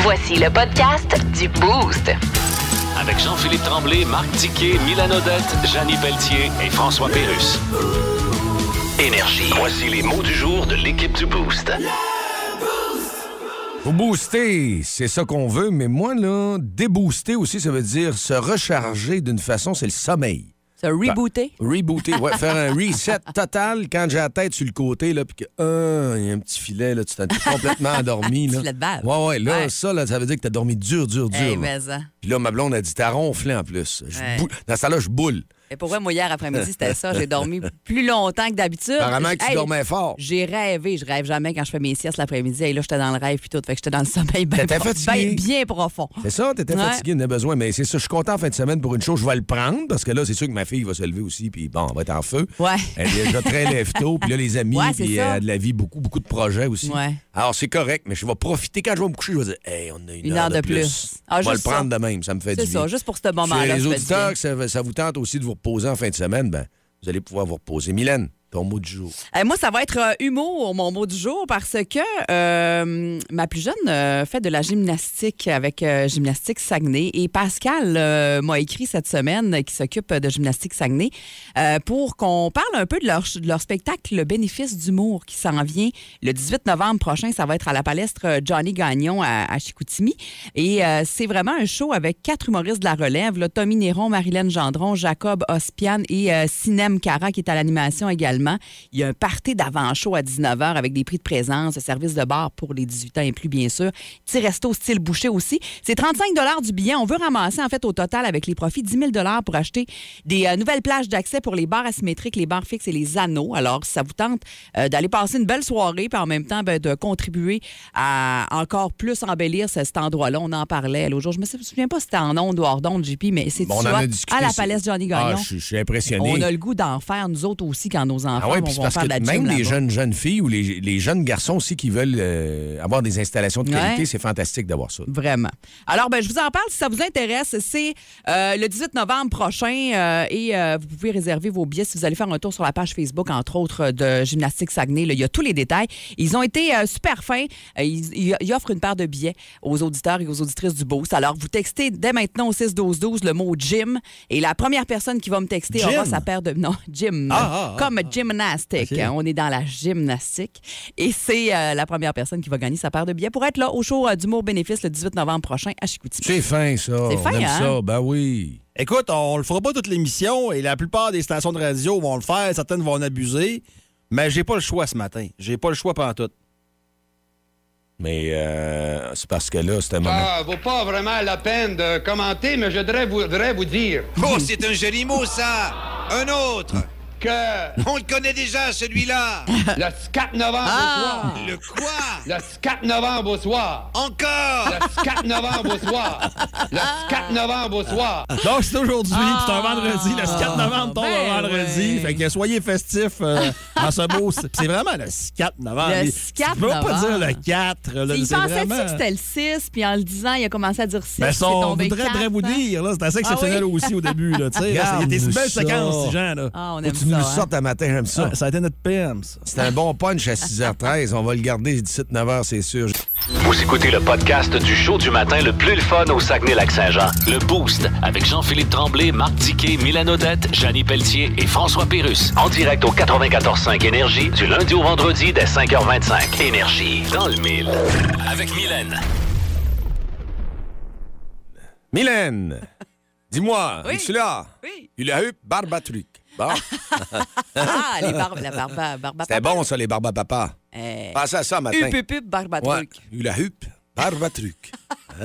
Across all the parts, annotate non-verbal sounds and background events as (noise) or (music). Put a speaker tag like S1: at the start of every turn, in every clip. S1: Voici le podcast du Boost.
S2: Avec Jean-Philippe Tremblay, Marc Tiquet, Milan Odette, Janine Pelletier et François Pérus. Énergie. Voici les mots du jour de l'équipe du Boost.
S3: Vous booster, c'est ça qu'on veut, mais moi, là, débooster aussi, ça veut dire se recharger d'une façon, c'est le sommeil.
S4: Se rebooter?
S3: Ben, rebooter, ouais, faire
S4: (laughs)
S3: un reset total quand j'ai la tête sur le côté, là, puis que, euh, il y a un petit filet, là, tu t'es
S4: (laughs)
S3: complètement endormi, là.
S4: filet de bave.
S3: Ouais, ouais, là,
S4: Ouais. Eh
S3: ça, là, ça veut dire que t'as dormi dur, dur, dur.
S4: Hey,
S3: là.
S4: mais hein. ça.
S3: Puis là, ma blonde a dit, t'as ronflé en plus. Je
S4: Ouais.
S3: boule- Dans ce là je boule.
S4: Et pour vrai, moi, hier après-midi, c'était ça. J'ai
S3: (laughs)
S4: dormi plus longtemps que d'habitude.
S3: Apparemment que tu
S4: Hey,
S3: dormais fort.
S4: J'ai rêvé. Je rêve jamais quand je fais mes siestes l'après-midi. Et là, j'étais dans le rêve puis tout. Fait que j'étais dans le sommeil bien
S3: T'étais fatigué.
S4: bien, bien profond.
S3: C'est ça, t'étais
S4: Ouais.
S3: fatigué, on a besoin. Mais c'est ça, je suis content en fin de semaine pour une chose. Je vais le prendre parce que là, c'est sûr que ma fille va se lever aussi, puis bon, on va être en feu.
S4: Ouais.
S3: Elle est déjà
S4: (laughs)
S3: très lève tôt, puis là, les amis,
S4: Ouais, c'est
S3: puis euh,
S4: ça.
S3: elle a de la vie, beaucoup, beaucoup de projets aussi.
S4: Ouais.
S3: Alors, c'est correct, mais je vais profiter quand je vais me coucher. Je vais dire, hey, on a une, heure, de plus.
S4: Ah,
S3: je vais le
S4: juste
S3: prendre
S4: ça.
S3: de même, ça me fait du
S4: C'est
S3: bien.
S4: ça, juste pour ce
S3: Si
S4: moment-là. ça
S3: les
S4: fait du bien.
S3: auditeurs, que ça, ça vous tente aussi de vous reposer en fin de semaine, ben, vous allez pouvoir vous reposer. Mylène, ton mot du jour.
S4: Euh, moi, ça va être euh, humour, mon mot du jour, parce que euh, ma plus jeune euh, fait de la gymnastique avec euh, Gymnastique Saguenay. Et Pascal euh, m'a écrit cette semaine, euh, qui s'occupe de Gymnastique Saguenay, euh, pour qu'on parle un peu de leur, de leur spectacle Le bénéfice d'humour qui s'en vient le 18 novembre prochain. Ça va être à la palestre euh, Johnny Gagnon à, à Chicoutimi. Et euh, c'est vraiment un show avec quatre humoristes de la relève, là, Tommy Néron, Marilyn Gendron, Jacob Ospian et euh, Sinem Cara qui est à l'animation également. Il y a un party d'avant-show à 19h avec des prix de présence, le service de bar pour les 18 ans et plus, bien sûr. Petit resto style boucher aussi. C'est 35 du billet. On veut ramasser, en fait, au total, avec les profits, 10 000 pour acheter des euh, nouvelles plages d'accès pour les bars asymétriques, les bars fixes et les anneaux. Alors, si ça vous tente euh, d'aller passer une belle soirée, puis en même temps, ben, de contribuer à encore plus embellir ce- cet endroit-là. On en parlait l'autre jour. Je me souviens pas si c'était en ondes ou hors d'onde, JP, mais c'est
S3: Bon, on
S4: tu
S3: en
S4: vois,
S3: a discuté,
S4: à la
S3: c'est-
S4: palette Johnny
S3: Ah,
S4: Gagnon.
S3: je, suis- je suis impressionné.
S4: on a le goût d'en faire, nous autres aussi, quand nos enfants
S3: Ah ouais,
S4: vont,
S3: puis c'est
S4: vont
S3: parce
S4: faire
S3: que
S4: de la gym
S3: même les
S4: là-bas.
S3: jeunes jeunes filles ou les, les jeunes garçons aussi qui veulent euh, avoir des installations de qualité,
S4: Ouais.
S3: c'est fantastique d'avoir ça.
S4: Vraiment. Alors, ben, je vous en parle si ça vous intéresse. C'est euh, le 18 novembre prochain euh, et euh, vous pouvez réserver vos billets si vous allez faire un tour sur la page Facebook, entre autres, de Gymnastique Saguenay. Là, il y a tous les détails. Ils ont été euh, super fins. Euh, ils, ils- ils offrent une paire de billets aux auditeurs et aux auditrices du Beauce. Alors, vous textez dès maintenant au 6-12-12 le mot gym et la première personne qui va me texter
S3: Gym?
S4: aura sa
S5: Mm.
S4: paire de... Non, (laughs) gym.
S3: Ah, ah, ah,
S4: comme gymnastique. Hein, On est dans la gymnastique. Et c'est euh, la première personne qui va gagner sa paire de billets pour être là au show euh, d'humour bénéfice le 18 novembre prochain à Chicoutimi.
S3: C'est fin, ça.
S4: C'est
S3: On
S4: fin,
S3: aime
S4: hein?
S3: ça. Ben oui.
S5: Écoute, on le fera pas toute l'émission et la plupart des stations de radio vont le faire, certaines vont en abuser, mais j'ai pas le choix ce matin. J'ai pas le choix pendant tout.
S3: Mais euh, c'est parce que là, c'est un moment.
S6: Ça
S4: Ah,
S6: Ah, vaut pas vraiment la peine de commenter, mais je voudrais vous, voudrais vous dire
S7: Oh, c'est un joli mot, ça! Un autre!
S6: que
S7: On le connaît déjà, celui-là!
S6: le 4 novembre au soir,
S7: Le quoi?
S6: le 4 novembre au soir,
S7: Encore!
S6: le 4 novembre au soir, le 4 novembre au soir.
S5: Donc, Ah. c'est aujourd'hui, puis c'est un vendredi. Le 4 novembre tombe
S4: Ah. ben
S5: un vendredi.
S4: ouais.
S5: Fait que soyez festifs euh,
S4: (laughs)
S5: en ce beau. C'est c'est vraiment le 4 novembre.
S4: Le
S5: Mais
S4: 4
S5: Tu peux pas
S4: novembre.
S5: dire le 4. Là,
S4: il
S5: c'est
S4: pensait
S5: vraiment-
S4: que c'était le 6, puis en le disant, il a commencé à dire 6.
S5: Ben,
S4: c'est
S5: ça, on
S4: tombé
S5: voudrait,
S4: quatre,
S5: voudrait vous
S4: hein.
S5: dire. là. C'est assez exceptionnel
S4: Ah oui?
S5: aussi au début. Là, tu sais, là, il y a des
S3: Regarde-nous
S5: belles
S3: ça.
S5: séquences, ces gens. Là.
S4: Ah, on
S3: Faut
S4: aime
S3: que
S4: ça.
S3: tu nous
S4: hein.
S3: sortes un matin, j'aime ça.
S5: Ah, ça a été notre PM, ça.
S3: C'était un bon punch à 6h13. On va le garder 17-9h, c'est sûr.
S2: Vous écoutez le podcast du show du matin le plus le fun au Saguenay-Lac-Saint-Jean. Le Boost avec Jean-Philippe Tremblay, Marc Tiquet, Milan Odette, Janine Pelletier et François Pérus. En direct au 94.5 Énergie du lundi au vendredi dès 5h25. Énergie dans le mille. Avec Mylène.
S3: Mylène, dis-moi,
S4: Oui.
S3: tu là
S4: Oui.
S3: Il a eu barbatruc. Bon,
S4: Ah, les barbes, la barbe, barbe à
S3: c'était bon, ça, les barbapapa.
S4: Eh.
S3: Pensez à ça, matin.
S4: Hup, hup, hup, barbe à
S3: Ouais.
S4: truc.
S3: Il a eu barbatruc.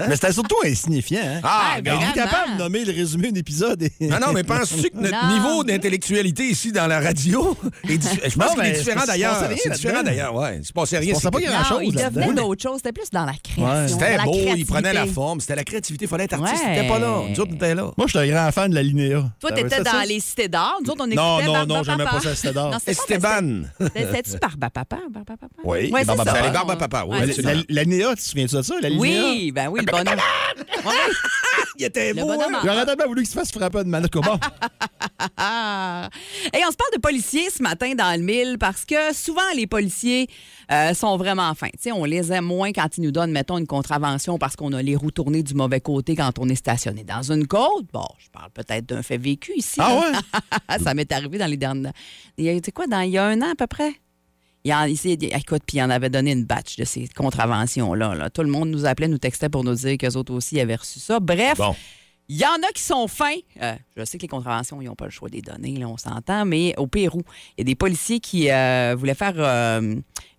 S5: Mais c'était surtout insignifiant. Hein?
S3: Ah,
S4: Ouais,
S3: gars.
S5: On est capable
S4: Vraiment.
S5: de nommer le résumé d'un épisode. et-
S3: Non, non, mais penses-tu que notre
S4: Non.
S3: niveau d'intellectualité ici dans la radio est
S5: (laughs)
S3: diffé- Je pense
S5: Non,
S3: qu'il est
S5: mais
S3: différent
S5: c'est-
S3: d'ailleurs.
S5: c'est passé rien
S3: C'est différent
S5: là-dedans.
S3: d'ailleurs, ouais. C'est passé rien.
S5: C'est
S3: c'est
S5: pas
S3: que-
S5: grand-
S4: Non,
S5: chose
S4: Ah, il
S5: là-dedans.
S4: devenait d'autres choses. C'était plus dans la
S5: Ouais.
S4: création.
S3: C'était
S4: la
S3: beau, il
S4: créativité.
S3: prenait la forme. C'était la créativité. Il fallait être artiste.
S4: Ouais.
S3: C'était pas là. Nous autres, on était là.
S5: Moi, je suis un grand fan de la Linéa.
S4: Toi,
S5: Ça,
S4: t'étais
S5: ça,
S4: dans
S5: ça,
S4: les cités d'art. Nous autres, on écoutait
S5: Non, non,
S4: Barbe à
S5: non, j'aimais
S4: papa.
S5: pas ça, c'était d'art.
S4: Non, c'est pas-
S3: Esteban.
S4: C'était-tu Barbapapa? Barbapapa?
S3: Oui,
S4: Ouais,
S3: Barbapapa.
S4: c'est ça.
S3: Les Barbapapa, oui,
S4: Ouais,
S3: absolument.
S4: c'est ça.
S5: La, la Linéa, tu te souviens de ça? La Linéa?
S4: Oui, ben oui, le bonhomme.
S5: Il était
S4: Le
S5: beau. hein?
S4: bonhomme en- Ah,
S5: J'aurais tellement voulu qu'il se fasse frapper de manette. Bon,
S4: (laughs) Et on se parle de policiers ce matin dans le mille parce que souvent les policiers euh, sont vraiment fins. Tu sais, on les aime moins quand ils nous donnent, mettons, une contravention parce qu'on a les roues tournées du mauvais côté quand on est stationné dans une côte. Bon, je parle peut-être d'un fait vécu ici.
S5: Ah
S4: là. (laughs) Ça m'est arrivé dans les dernières. Il y a, tu sais quoi, dans, il y a un an à peu près? Il y en, ici, il y- écoute, puis il en avait donné une batch de ces contraventions-là. là. Tout le monde nous appelait, nous textait pour nous dire qu'eux autres aussi avaient reçu ça. Bref,
S3: Bon.
S4: il y en a qui sont fins. Euh, je sais que les contraventions, ils n'ont pas le choix des données, là, on s'entend, mais au Pérou, il y a des policiers qui euh, voulaient faire euh,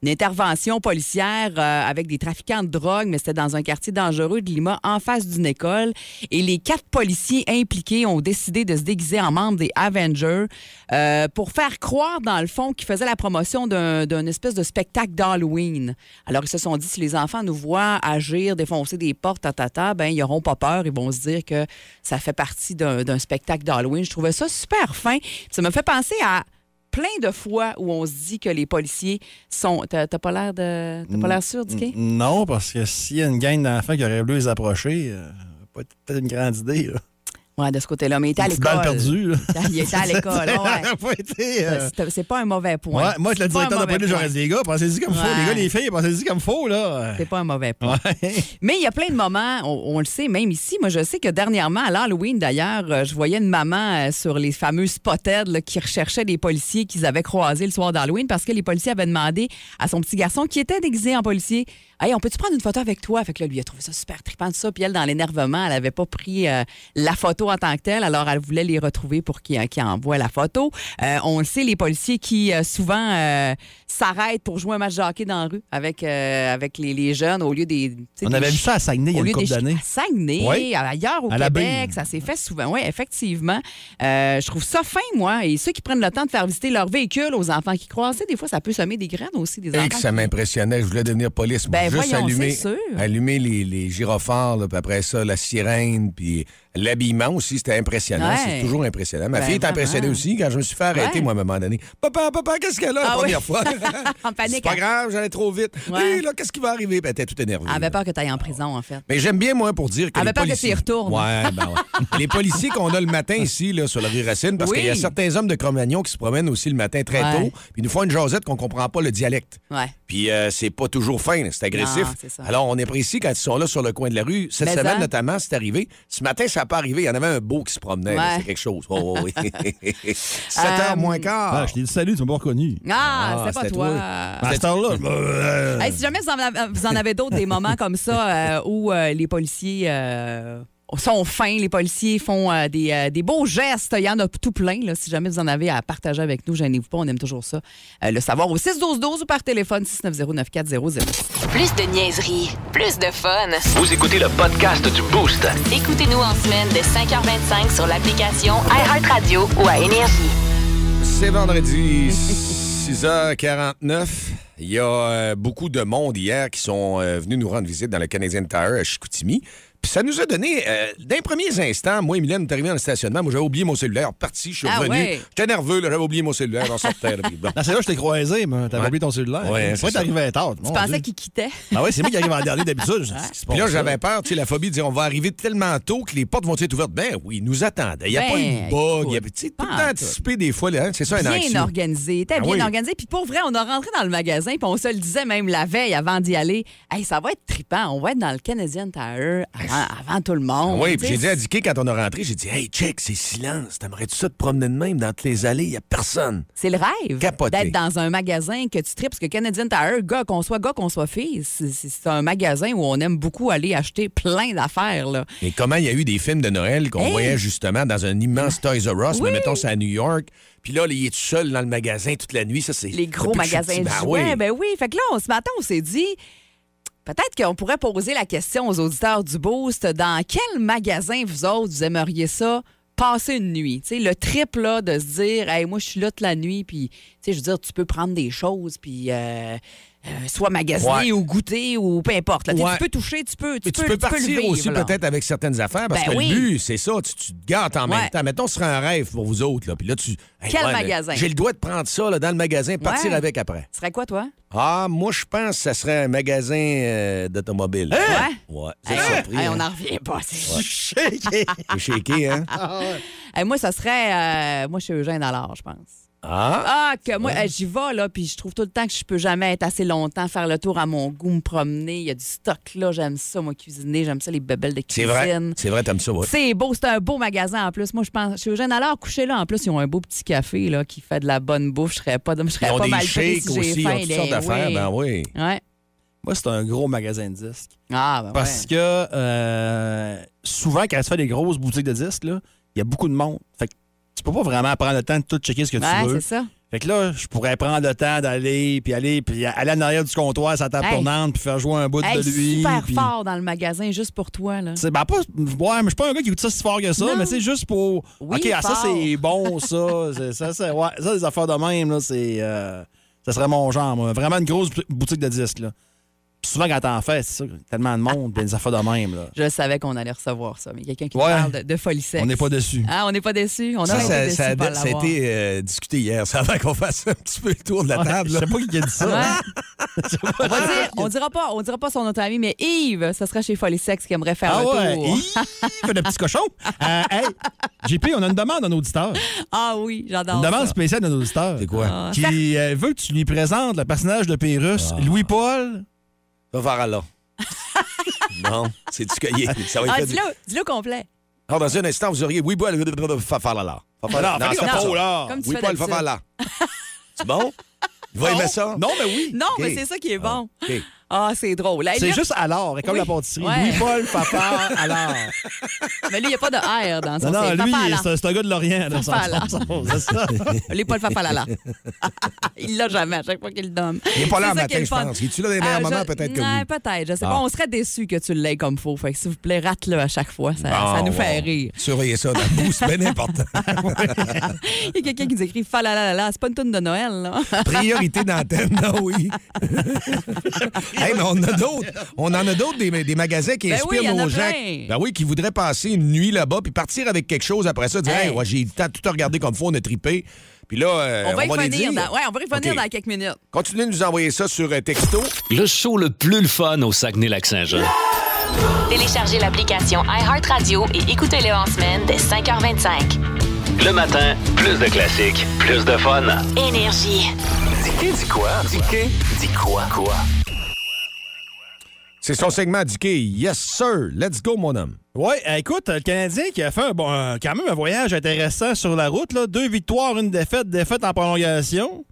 S4: une intervention policière euh, avec des trafiquants de drogue, mais c'était dans un quartier dangereux de Lima, en face d'une école. Et les quatre policiers impliqués ont décidé de se déguiser en membres des Avengers euh, pour faire croire, dans le fond, qu'ils faisaient la promotion d'un d'un espèce de spectacle d'Halloween. Alors, ils se sont dit, si les enfants nous voient agir, défoncer des portes, ta, ta, ta, ben, ils n'auront pas peur. Ils vont se dire que ça fait partie d'un d'un spectacle d'Halloween. Je trouvais ça super fin. Ça me fait penser à plein de fois où on se dit que les policiers sont... T'as t'as pas l'air de... T'as pas l'air sûr, Dicky?
S5: Mm, Non, parce que s'il y a une gang d'enfants qui aurait voulu les approcher, euh, pas peut-être une grande idée. Là.
S4: mm. Ouais, de ce côté-là. Mais il était à
S5: Une petite balle
S4: l'école.
S5: perdue. là.
S4: Il était à
S5: (laughs)
S4: l'école,
S5: Ça
S4: ouais.
S5: aurait pas été, euh,
S4: C'est- C'est pas un mauvais point.
S5: ouais, moi, je le
S4: C'est pas un
S5: directeur de
S4: mauvais
S5: police,
S4: point.
S5: j'aurais dit, les gars, pensez-y comme faux.
S4: Ouais.
S5: Les gars, les filles, pensez-y comme faux, là.
S4: C'est pas un mauvais point.
S5: Ouais.
S4: Mais il y a plein de moments, on, on le sait, même ici. Moi, je sais que dernièrement, à l'Halloween, d'ailleurs, euh, je voyais une maman euh, sur les fameux spotheads là, qui recherchait des policiers qu'ils avaient croisés le soir d'Halloween parce que les policiers avaient demandé à son petit garçon qui était déguisé en policier Hey, on peut-tu prendre une photo avec toi Fait que là, lui, il a trouvé ça super trippant, tout ça. Puis elle, dans l'énervement, elle avait pas pris euh, la photo en tant que telle. Alors, elle voulait les retrouver pour qu'ils euh, qu'ils envoient la photo. Euh, on le sait, les policiers qui euh, souvent euh, s'arrêtent pour jouer un match de hockey dans la rue avec, euh, avec les, les jeunes au lieu des. tu sais,
S5: On
S4: des
S5: avait vu ça à Saguenay il y
S4: au
S5: a
S4: lieu
S5: une
S4: des
S5: couple d'années.
S4: À Saguenay, euh,
S5: Oui.
S4: ailleurs au
S5: À la
S4: Québec,
S5: baie.
S4: ça s'est fait souvent. Oui, effectivement. Euh, je trouve ça fin, moi. Et ceux qui prennent le temps de faire visiter leur véhicule aux enfants qui croisent, tu sais, des fois, ça peut semer des graines aussi, des
S3: Et que
S4: enfants.
S3: ça m'impressionnait, je voulais devenir police. moi.
S4: Ben,
S3: Juste
S4: voyons,
S3: allumer,
S4: c'est sûr.
S3: allumer les, les gyrophares, là, puis après ça, la sirène, puis l'habillement aussi, c'était impressionnant.
S4: Ouais.
S3: C'est toujours impressionnant. Ma
S4: Ben,
S3: fille est impressionnée
S4: vraiment.
S3: aussi quand je me suis fait arrêter,
S4: Ouais.
S3: moi, à un moment donné. Papa, papa, qu'est-ce qu'elle a la
S4: Ah
S3: première
S4: oui.
S3: fois?
S4: (laughs) En panique,
S3: C'est pas
S4: hein.
S3: grave, j'allais trop vite.
S4: Ouais.
S3: Hé, là, qu'est-ce qui va arriver? Puis elle était toute énervée.
S4: Elle
S3: là.
S4: avait peur que tu ailles en prison, en fait.
S3: Mais j'aime bien, moi, pour dire que.
S4: Elle
S3: les
S4: avait peur que
S3: policiers-
S4: tu y retournes.
S3: Ouais, ben
S4: (laughs)
S3: ouais. les policiers qu'on a le matin ici, là, sur la rue Racine, parce
S4: Oui.
S3: qu'il y a certains hommes de Cro-Magnon qui se promènent aussi le matin très
S4: Ouais.
S3: tôt, puis ils nous font une jasette qu'on comprend pas le dialecte.
S4: Ouais.
S3: Puis euh, c'est pas toujours fin, là, c'est agressif.
S4: Non, c'est ça.
S3: Alors on est précis quand ils sont là sur le coin de la rue. Cette
S4: Mais
S3: semaine
S4: ça.
S3: notamment, c'est arrivé. Ce matin, ça n'a pas arrivé. Il y en avait un beau qui se promenait. là,
S4: Ouais.
S3: C'est quelque chose. Oh,
S4: (laughs)
S3: oh, oui. 7 h
S4: Euh,
S3: moins quart.
S5: Ah, je t'ai dit salut, tu m'as pas reconnu.
S4: Ah, c'est pas
S3: c'était
S4: toi.
S5: À cette heure-là, je me- euh,
S4: Hey, si jamais vous en avez, vous en avez d'autres, des moments comme ça euh, où euh, les policiers euh, sont fins, les policiers font euh, des, euh, des beaux gestes. Il y en a tout plein. là. si jamais vous en avez à partager avec nous, gênez-vous pas, on aime toujours ça. euh, le savoir au 612-12 ou par téléphone 690-9400.
S1: Plus de niaiserie, plus de fun.
S2: Vous écoutez le podcast du Boost.
S1: Écoutez-nous en semaine de 5h25 sur l'application iHeartRadio ou à Énergie.
S4: (laughs)
S3: C'est vendredi 6h49. Il y a euh, beaucoup de monde hier qui sont euh, venus nous rendre visite dans le Canadian Tire à Chicoutimi. Puis ça nous a donné, euh, d'un premier instant, moi et Mylène, on est arrivés dans le stationnement, moi j'avais oublié mon cellulaire, parti, je suis
S4: Ah
S3: revenu.
S4: ouais.
S3: J'étais nerveux, là, j'avais oublié mon cellulaire, j'en sortais. là, puis bon.
S5: Non, c'est là que je t'ai croisé, mais t'avais
S3: Ouais.
S5: oublié ton cellulaire.
S3: Ouais, c'est
S5: Faut être
S3: ça.
S5: arrivé tard.
S4: Je
S5: mon
S4: pensais
S5: Dieu.
S4: qu'ils quittaient.
S5: Ah ouais, c'est moi qui arrive en
S4: (laughs)
S5: dernier d'habitude. Je dis, Qu'est-ce qui se
S3: Puis là,
S5: passe,
S3: j'avais peur, tu sais, la phobie de dire on va arriver tellement tôt que les portes vont être ouvertes. Ben oui, ils nous attendent. Il n'y a
S4: Ben,
S3: pas eu de bug. il y a-
S4: écoute,
S3: Tu sais, tout le
S4: pas
S3: temps
S4: en
S3: anticipé des fois. là, hein, c'est ça, un anxieux.
S4: bien organisé. T'es
S3: Ah
S4: bien
S3: oui.
S4: organisé. Puis pour vrai, on a rentré dans le magasin, puis on se le disait même la veille avant d'y aller. Hey, ça va être trippant. On va être dans le Canadian Tire avant, avant tout le
S3: Ah
S4: monde.
S3: Oui,
S4: Tu
S3: puis
S4: sais,
S3: j'ai dit à Dicky quand on est rentré, j'ai dit Hey, check, c'est silence. T'aimerais-tu ça te promener de même dans toutes les allées? Il n'y a personne.
S4: C'est le rêve
S3: Capoté.
S4: d'être dans un magasin que tu tripes, parce que Canadian Tire, gars, qu'on soit gars, qu'on soit fille, c'est- c'est c'est un magasin où on aime beaucoup aller acheter plein d'affaires. là.
S3: Mais comment il y a eu des films de Noël qu'on
S4: Hey!
S3: voyait justement dans un immense Toys R Us, mais mettons c'est à New York. Puis là, il est tout seul dans le magasin toute la nuit. Ça, c'est.
S4: Les gros
S3: depuis que je suis
S4: magasins
S3: petit,
S4: de
S3: ben
S4: jouets.
S3: oui.
S4: Ben oui, fait que là, on- ce matin, on s'est dit... Peut-être qu'on pourrait poser la question aux auditeurs du Boost. Dans quel magasin, vous autres, vous aimeriez ça passer une nuit? Tu sais, le trip là, de se dire, hey, moi, je suis là toute la nuit, puis, tu sais, je veux dire, tu peux prendre des choses, puis, euh, euh, soit magasiner
S3: Ouais.
S4: ou goûter ou peu importe. là. Tu sais,
S3: Ouais.
S4: Tu peux toucher, tu peux, tu
S3: Mais tu,
S4: peux, tu
S3: peux
S4: peux le
S3: partir
S4: vivre,
S3: aussi
S4: là.
S3: peut-être avec certaines affaires parce
S4: Ben
S3: que
S4: oui.
S3: le but, c'est ça, tu, tu te gâtes en
S4: Ouais.
S3: même temps. Mettons, ce serait un rêve pour vous autres. Là, puis là, tu, Hey,
S4: Quel
S3: mais
S4: magasin?
S3: J'ai le droit de prendre ça là, dans le magasin, partir
S4: Ouais.
S3: avec après.
S4: Ce serait quoi, toi?
S3: Ah, moi, je pense que ça serait un magasin euh, d'automobile. Ouais. Ouais, c'est
S4: Hey,
S3: surpris.
S4: Hein? hey,
S3: hein.
S4: on n'en revient pas. c'est-
S3: T'es shaké, hein?
S4: Hey, moi, ça serait. euh, moi, je suis Eugène Allard, je pense.
S3: Ah,
S4: Ah, que moi, euh, j'y vais, là, puis je trouve tout le temps que je peux jamais être assez longtemps, faire le tour à mon goût, me promener. Il y a du stock, là. J'aime ça, moi, cuisiner. J'aime ça, les bebelles de
S3: c'est
S4: cuisine.
S3: vrai. C'est vrai, t'aimes ça, ouais.
S4: C'est beau, c'est un beau magasin en plus. Moi, je pense. Chez Eugène Allard, couché là, en plus, ils ont un beau petit café là, qui fait de la bonne bouffe. Je serais pas, je serais
S3: Ils ont
S4: pas
S3: des
S4: mal pris
S3: shakes
S4: si j'ai
S3: aussi, ils
S4: faim.
S3: ont toutes
S4: ben
S3: sortes d'affaires.
S4: oui.
S3: Ben oui.
S4: Ouais.
S5: Moi, c'est un gros magasin de disques.
S4: Ah, ben
S5: Parce
S4: ouais.
S5: que euh, souvent, quand tu fais des grosses boutiques de disques, là, il y a beaucoup de monde. Fait que tu peux pas vraiment prendre le temps de tout checker ce que tu
S4: Ouais,
S5: veux.
S4: c'est ça.
S5: Fait que là, je pourrais prendre le temps d'aller, puis aller, puis aller en arrière du comptoir, sa table
S4: Hey.
S5: tournante, puis faire jouer un bout
S4: Hey,
S5: de lui.
S4: super
S5: puis-
S4: fort dans le magasin, juste pour toi. Là.
S5: C'est ben pas ouais, mais je suis pas un gars qui goûte ça si fort que ça,
S4: Non.
S5: mais c'est juste pour
S4: Oui,
S5: OK, ah, ça
S4: fort.
S5: c'est
S4: (laughs)
S5: bon ça, c'est- ça c'est ouais, ça les affaires de même là, c'est euh, ça serait mon genre moi. vraiment une grosse bouti- boutique de disques là. Puis souvent quand t'en fais, c'est ça, tellement de monde, puis des affaires de même là.
S4: Je savais qu'on allait recevoir ça, mais quelqu'un qui
S5: Ouais.
S4: parle de, de folie sexe.
S5: On n'est pas dessus.
S4: Ah, on n'est pas déçus. On
S3: Ça,
S4: a été
S3: ça,
S4: déçus
S3: ça,
S4: pas
S3: a, ça a
S4: l'avoir.
S3: été euh, discuté hier. (laughs) Ça avant qu'on fasse un petit peu le tour de la table.
S5: Je
S3: là.
S5: sais pas qui a dit ça.
S4: Ah, Ouais.
S5: hein.
S3: (laughs)
S4: on, va dire- on dira pas, on dira pas son autre ami, mais Yves, ça serait chez Folie Sex qui aimerait faire
S5: Ah
S4: le
S5: ouais,
S4: tour.
S5: Yves, le petit cochon. Euh, hey, JP, on a une demande à nos auditeurs.
S4: Ah oui, j'adore.
S5: Une
S4: ça.
S5: demande spéciale de nos auditeurs.
S3: C'est quoi?
S4: Ah.
S5: Qui euh, veut que tu lui présentes le personnage de Pérus, Louis-Paul.
S3: Va
S4: (laughs)
S3: voir là. non, c'est du cahier. Ça va être
S4: Ah,
S3: fait-
S4: dis-le dis-le au complet.
S3: Alors, dans un instant, vous auriez oui, bon, fafalala.
S5: Non, fais comme
S3: Ah, pas
S5: ça.
S3: là.
S4: Comme tu
S3: Oui,
S4: fais
S3: Paul,
S4: d'habitude.
S3: fafalala. C'est bon? Il va
S5: Non.
S3: aimer ça?
S5: Non, mais oui.
S4: Non,
S3: Ok.
S4: mais c'est ça qui est bon.
S3: OK.
S4: Ah, c'est drôle. Hey,
S5: C'est
S4: lui-
S5: juste alors, comme
S4: Oui.
S5: la pâtisserie.
S4: Ouais.
S5: Louis-Paul, papa,
S4: (laughs)
S5: alors.
S4: Mais lui, il n'y a pas de R dans son
S5: Non, non,
S4: c'est
S5: lui,
S4: papa à la-
S5: c'est un- c'est un gars de l'Orient. là,
S4: Papa, là.
S5: son- son- c'est ça.
S4: (laughs) Lui, pas le fafalala. il l'a jamais à chaque fois qu'il le donne.
S3: Il n'est pas là
S4: C'est
S3: le
S4: ça qui est
S3: matin,
S4: le fun.
S3: je pense. Il est-tu là dans les meilleurs
S4: Ah, je-
S3: moments? Peut-être que
S4: Ouais,
S3: oui.
S4: peut-être. Je sais
S3: Ah.
S4: pas. On serait déçus que tu l'aies comme faux. Fait que s'il vous plaît, rate-le à chaque fois. Ça,
S3: Bon,
S4: ça nous
S3: bon.
S4: fait rire.
S3: Surveillez ça dans le boost, bien
S4: (laughs)
S3: important.
S4: Il y a quelqu'un qui nous écrit Falalala. C'est pas une toune de Noël, là.
S3: Priorité d'antenne,
S4: ah
S3: non, oui. (laughs) hey, mais on en a d'autres. On en a d'autres des, des magasins qui
S4: Ben oui,
S3: inspirent
S4: il y en a
S3: nos gens.
S4: plein.
S3: Ben oui, qui voudraient passer une nuit là-bas puis partir avec quelque chose après ça. Dire,
S4: Hey.
S3: hey, ouais, j'ai eu le temps de tout regarder comme faut, on a trippé. Puis là, euh,
S4: on va y
S3: les
S4: revenir
S3: dire.
S4: dans... Ouais, on va y revenir
S3: OK.
S4: dans quelques minutes.
S3: Continuez de nous envoyer ça sur euh, texto.
S2: Le show le plus le fun au Saguenay-Lac-Saint-Jean.
S1: Téléchargez l'application iHeartRadio et écoutez-le en semaine dès 5h25.
S2: Le matin, plus de classiques, plus de fun.
S1: Énergie.
S2: Dis dis quoi? Dis dis quoi? Quoi?
S3: C'est son segment indiqué. Yes, sir. Let's go, mon homme.
S5: Oui, euh, écoute, le Canadien qui a fait un bon, un- quand même un voyage intéressant sur la route. Là. Deux victoires, une défaite, défaite en prolongation.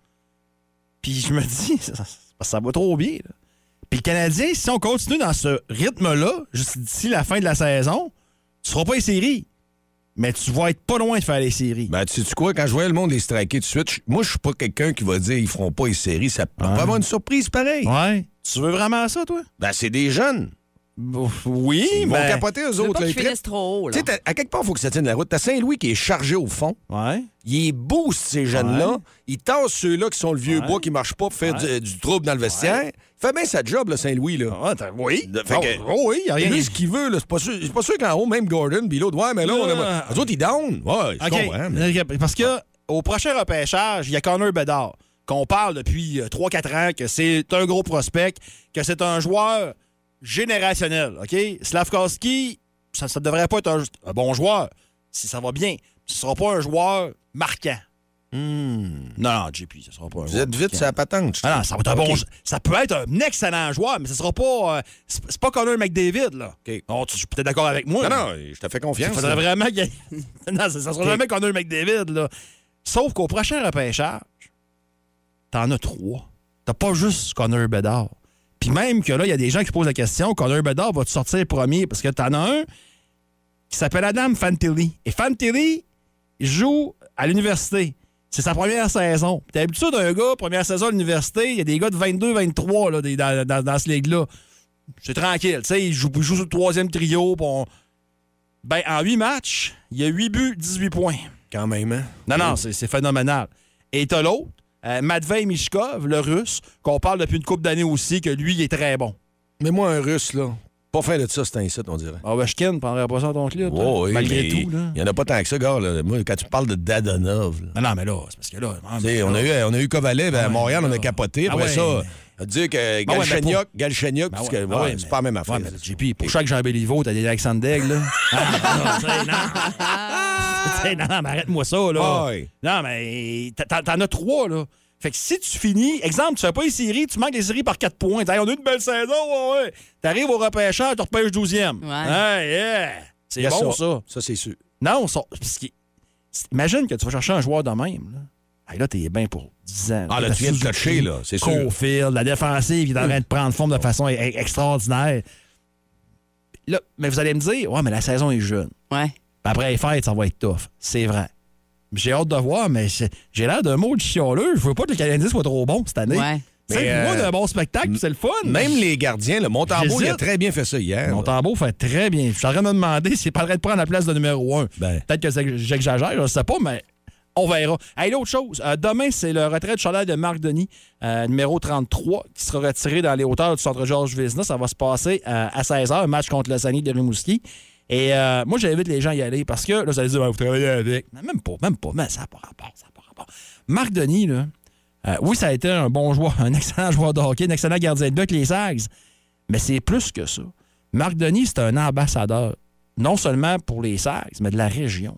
S5: Puis je me dis, (laughs) ça, ça va trop bien. là. Puis le Canadien, si on continue dans ce rythme-là, juste d'ici la fin de la saison, tu feras pas les séries. Mais tu vas être pas loin de faire les séries.
S3: Ben, tu sais quoi, quand je voyais le monde les striker tout de suite, je- moi, je suis pas quelqu'un qui va dire ils feront pas les séries. Ça on peut avoir une surprise
S4: Ben,
S3: pareille.
S5: ouais. Tu veux vraiment ça, toi?
S3: Ben, c'est des jeunes.
S5: Oui, ben,
S3: Ils vont
S5: mais...
S3: capoter, eux
S4: Je veux pas
S3: autres. là,
S4: qu'ils
S3: ils trippent.
S4: finissent trop haut,
S3: Tu
S4: là.
S3: sais, t'as- à quelque part, il faut que ça tienne la route. T'as Saint-Louis qui est chargé au fond.
S5: Ouais.
S3: Il booste ces jeunes-là.
S5: Ouais.
S3: Il tasse ceux-là qui sont le vieux
S5: Ouais.
S3: bois qui marche pas pour faire
S5: Ouais.
S3: du, du trouble dans le vestiaire. Fait bien sa job, là, Saint-Louis. Là.
S5: Ah, t'as- oui.
S3: De- fait
S5: Oh,
S3: que-
S5: oh oui, il a rien.
S3: Lui, ce qu'il veut, là, c'est pas sûr, c'est pas sûr qu'en haut, même Gordon, puis l'autre, ouais, mais là, on
S5: Ah.
S3: a... Les autres, ils down. Ouais, je
S5: OK. Euh,
S3: comprends. hein, mais- Ah.
S5: Parce que au prochain repêchage, il y a Connor Bedard, qu'on parle depuis euh, 3-4 ans, que c'est un gros prospect, que c'est un joueur générationnel. OK? Slavkowski, ça ne devrait pas être un, un bon joueur, si ça va bien. Ce ne sera pas un joueur marquant. Non, non, JP, ce ne sera pas un
S3: Hmm. Vous
S5: joueur
S3: êtes vite
S5: marquant.
S3: sur la patente. je
S5: Ah non, ça, va être un
S3: Ok.
S5: bon, ça peut être un excellent joueur, mais ce sera pas. euh, c'est c'est pas Connor McDavid, là.
S3: OK.
S5: Non, tu, je suis peut-être d'accord avec moi.
S3: Non,
S5: mais-
S3: non, je te fais
S5: il
S3: confiance.
S5: faudrait
S3: là.
S5: vraiment qu'il y ait- (laughs) Non, ça, ça sera jamais qu'on a un McDavid, là. Sauf qu'au prochain repêchage, t'en as trois. T'as pas juste Connor Bedard. Puis même que là, il y a des gens qui posent la question, Connor Bedard va-tu sortir premier? Parce que t'en as un qui s'appelle Adam Fantilli. Et Fantilli il joue à l'université. C'est sa première saison. Puis T'as l'habitude d'un gars, première saison à l'université, il y a des gars de 22, 23 là, des- dans, dans, dans ce ligue-là. C'est tranquille. Tu sais, il joue, il joue sur le troisième trio. puis on- ben, en 8 matchs, il y a 8 buts, 18 points.
S3: Quand même, hein?
S5: Non, non, c'est c'est phénoménal. Et t'as l'autre, Euh, Matvei Mishkov, le russe, qu'on parle depuis une couple d'années aussi, que lui, il est très bon.
S3: Mais moi, un russe, là, pas fin de ça, c'est un insulte, on dirait.
S5: Ah, Ovechkin, prendrait pas ça dans ton clip.
S3: Oh, oui,
S5: malgré
S3: mais
S5: tout, là.
S3: Il n'y en a pas tant que ça, gars. là. Moi, quand tu me parles de Dadonov, là,
S5: Non, non, mais là, c'est parce que là. non,
S3: tu sais,
S5: mais
S3: on,
S5: là-
S3: a eu, on a eu Kovalev à Montréal, on a capoté.
S5: Ah
S3: Après
S5: ouais,
S3: ça,
S5: mais-
S3: on a dit que
S5: Ah ouais, mais
S3: Galchenyuk, Galchenyuk,
S5: Ben
S3: parce
S5: ouais,
S3: que,
S5: ben
S3: ouais,
S5: ouais,
S3: c'est
S5: mais-
S3: pas la même affaire.
S5: Ouais, mais JP, pour chaque Jean Béliveau, t'as des Alexandre Daigle, là. (laughs) Ah, non, non, (laughs) tu sais, non. non, non, mais arrête-moi ça, là.
S3: Ah ouais.
S5: Non, mais t'en- t'en as trois, là. Fait que si tu finis, exemple, tu fais pas les séries, tu manques les séries par quatre points. T'as on a eu une belle saison, ouais, ouais. T'arrives au repêchage, tu repêches 12e.
S4: Ouais.
S5: Hey, yeah. C'est
S3: Il y a
S5: bon, ça.
S3: Ça, c'est sûr.
S5: Non, ça- parce que- imagine que tu vas chercher un joueur de même. Là, Hey, là t'es bien pour 10 ans.
S3: Ah, là,
S5: T'as
S3: tu viens de
S5: Suzuki,
S3: coacher, là, c'est sûr.
S5: Caulfield, la défensive, il est en train de prendre forme de façon e- e- extraordinaire. Là, mais vous allez me dire, ouais, mais la saison est jeune.
S4: Ouais.
S5: Puis après les fêtes, ça va être tough. C'est vrai. J'ai hâte de voir, mais j'ai j'ai l'air d'un mot de chialeux. Je veux pas que le Canadien soit trop bon cette année.
S4: Ouais.
S5: Tu sais,
S3: Mais,
S5: pour moi,
S3: euh,
S5: d'un bon spectacle, puis c'est le fun.
S3: Même les gardiens, le Montembeau, il a
S5: J'hésite.
S3: très bien fait ça hier.
S5: Mon tambour fait très bien. Je suis en train de me demander s'il est pas en train de prendre la place de numéro 1.
S3: Ben.
S5: Peut-être que c'est- j'exagère, je ne sais pas, mais on verra. Hey, l'autre chose, euh, demain, c'est le retrait de chandail de Marc Denis, euh, numéro 33, qui sera retiré dans les hauteurs du centre Georges Vizna. Ça va se passer euh, à 16h, match contre le Saguenay de Rimouski. Et euh, moi, j'invite les gens à y aller parce que là, vous allez dire, Ben, vous travaillez avec. Mais Même pas, même pas, mais ça n'a pas rapport, ça n'a pas rapport. Marc Denis, là, euh, oui, ça a été un bon joueur, (laughs) un excellent joueur de hockey, un excellent gardien de but avec les Sags. Mais c'est plus que ça. Marc Denis, c'est un ambassadeur, non seulement pour les Sags, mais de la région.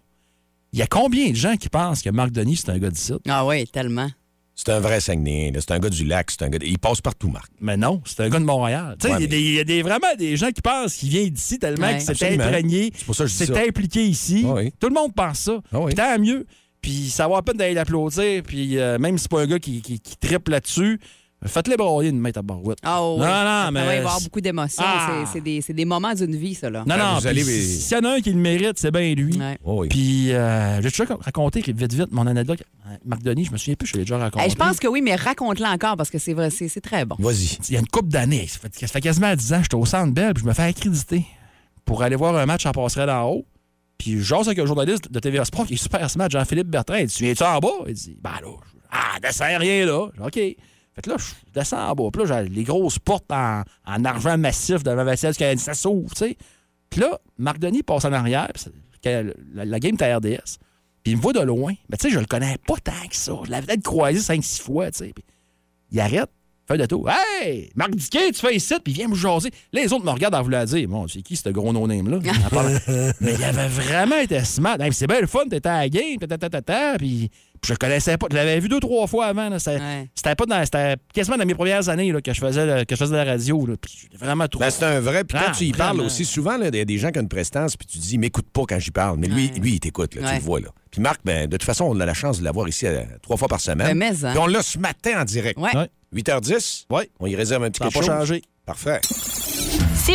S5: Il y a combien de gens qui pensent que Marc Denis, c'est un gars d'ici?
S4: Ah oui, tellement.
S3: C'est un vrai Saguenay. là. C'est un gars du lac. C'est un gars... Il passe partout, Marc.
S5: Mais non, c'est un gars de Montréal. Tu sais,
S3: Ouais,
S5: il y a,
S3: mais-
S5: des- il y a des- vraiment des gens qui pensent qu'il vient d'ici tellement
S4: Ouais.
S5: qu'il s'est
S3: Absolument.
S5: imprégné,
S3: C'est pour ça que je dis
S5: s'est
S3: ça.
S5: impliqué ici.
S3: Ah oui.
S5: Tout le monde pense ça.
S3: Ah
S5: Puis
S3: oui.
S5: Tant mieux. Puis ça vaut la peine d'aller l'applaudir. Puis euh, même si c'est pas un gars qui, qui, qui trippe là-dessus, faites-le broyer une main à barouette.
S4: Ah oui.
S5: Non, non,
S4: Ça
S5: mais
S4: va y avoir beaucoup d'émotions.
S5: Ah.
S4: C'est- C'est des, c'est des moments d'une vie, ça, là.
S5: Non,
S3: Ben,
S5: non,
S3: vous
S5: puis
S3: allez-
S5: s'il y en a un qui le mérite, c'est bien lui.
S4: Ouais.
S3: Oh oui.
S5: Puis, euh, j'ai déjà raconté vite, vite mon anecdote. Euh, Marc Denis, je me souviens plus, je l'ai déjà raconté.
S4: Hey, je pense que oui, mais raconte-le encore parce que c'est vrai, c'est c'est très bon.
S3: Vas-y.
S5: Il y a une couple d'années, ça fait, ça fait quasiment 10 ans, j'étais au Centre Bell, puis je me fais accréditer pour aller voir un match en passerelle en haut. Puis, j'ose avec un journaliste de TVA Sport qui est super smart, Jean-Philippe Bertrand. Il dit Tu viens-tu en bas Il dit Ben là, je- ah, descends rien là. Je dis, OK. Fait que là, je descends en bas. Puis là, j'ai les grosses portes en, en argent massif de la vaisselle du Canadien, ça s'ouvre, tu sais. Puis là, Marc Denis passe en arrière, puis c'est- que la, la game était à RDS. Puis il me voit de loin. Mais tu sais, je le connais pas tant que ça. Je l'avais peut-être croisé 5-6 fois, tu sais. Puis il arrête, fait de tour. Hey, Marc Diquet, tu fais ici, puis il vient me jaser. Là, les autres me regardent en voulant dire Bon, c'est qui ce gros no-name-là À part- Mais il avait vraiment été smart. Hey, c'est bien le fun, t'étais à la game, ta, ta, ta, ta, ta, puis puis je le connaissais pas. Je l'avais vu deux, trois fois avant. là. C'était
S4: Ouais.
S5: c'était pas dans. C'était quasiment dans mes premières années là, que, je faisais, le- que je faisais la radio. là. Puis j'ai vraiment trouvé.
S3: Ben, c'est un vrai. Puis quand
S5: Ah,
S3: tu y parles
S5: vraiment.
S3: aussi, souvent, là, il y a des gens qui ont une prestance, puis tu dis, m'écoute pas quand j'y parle. Mais lui,
S4: Ouais.
S3: lui il t'écoute, là, tu
S4: Ouais.
S3: le vois. Là. Puis Marc, ben, de toute façon, on a la chance de l'avoir ici euh, trois fois par semaine.
S4: Ben, mais, hein.
S3: Puis on l'a ce matin en direct.
S4: Ouais.
S5: Ouais.
S3: 8h10,
S5: Ouais.
S3: on y réserve un petit
S5: Ça a
S3: quelque
S5: pas
S3: chose.
S5: changé.
S3: Parfait.
S1: Si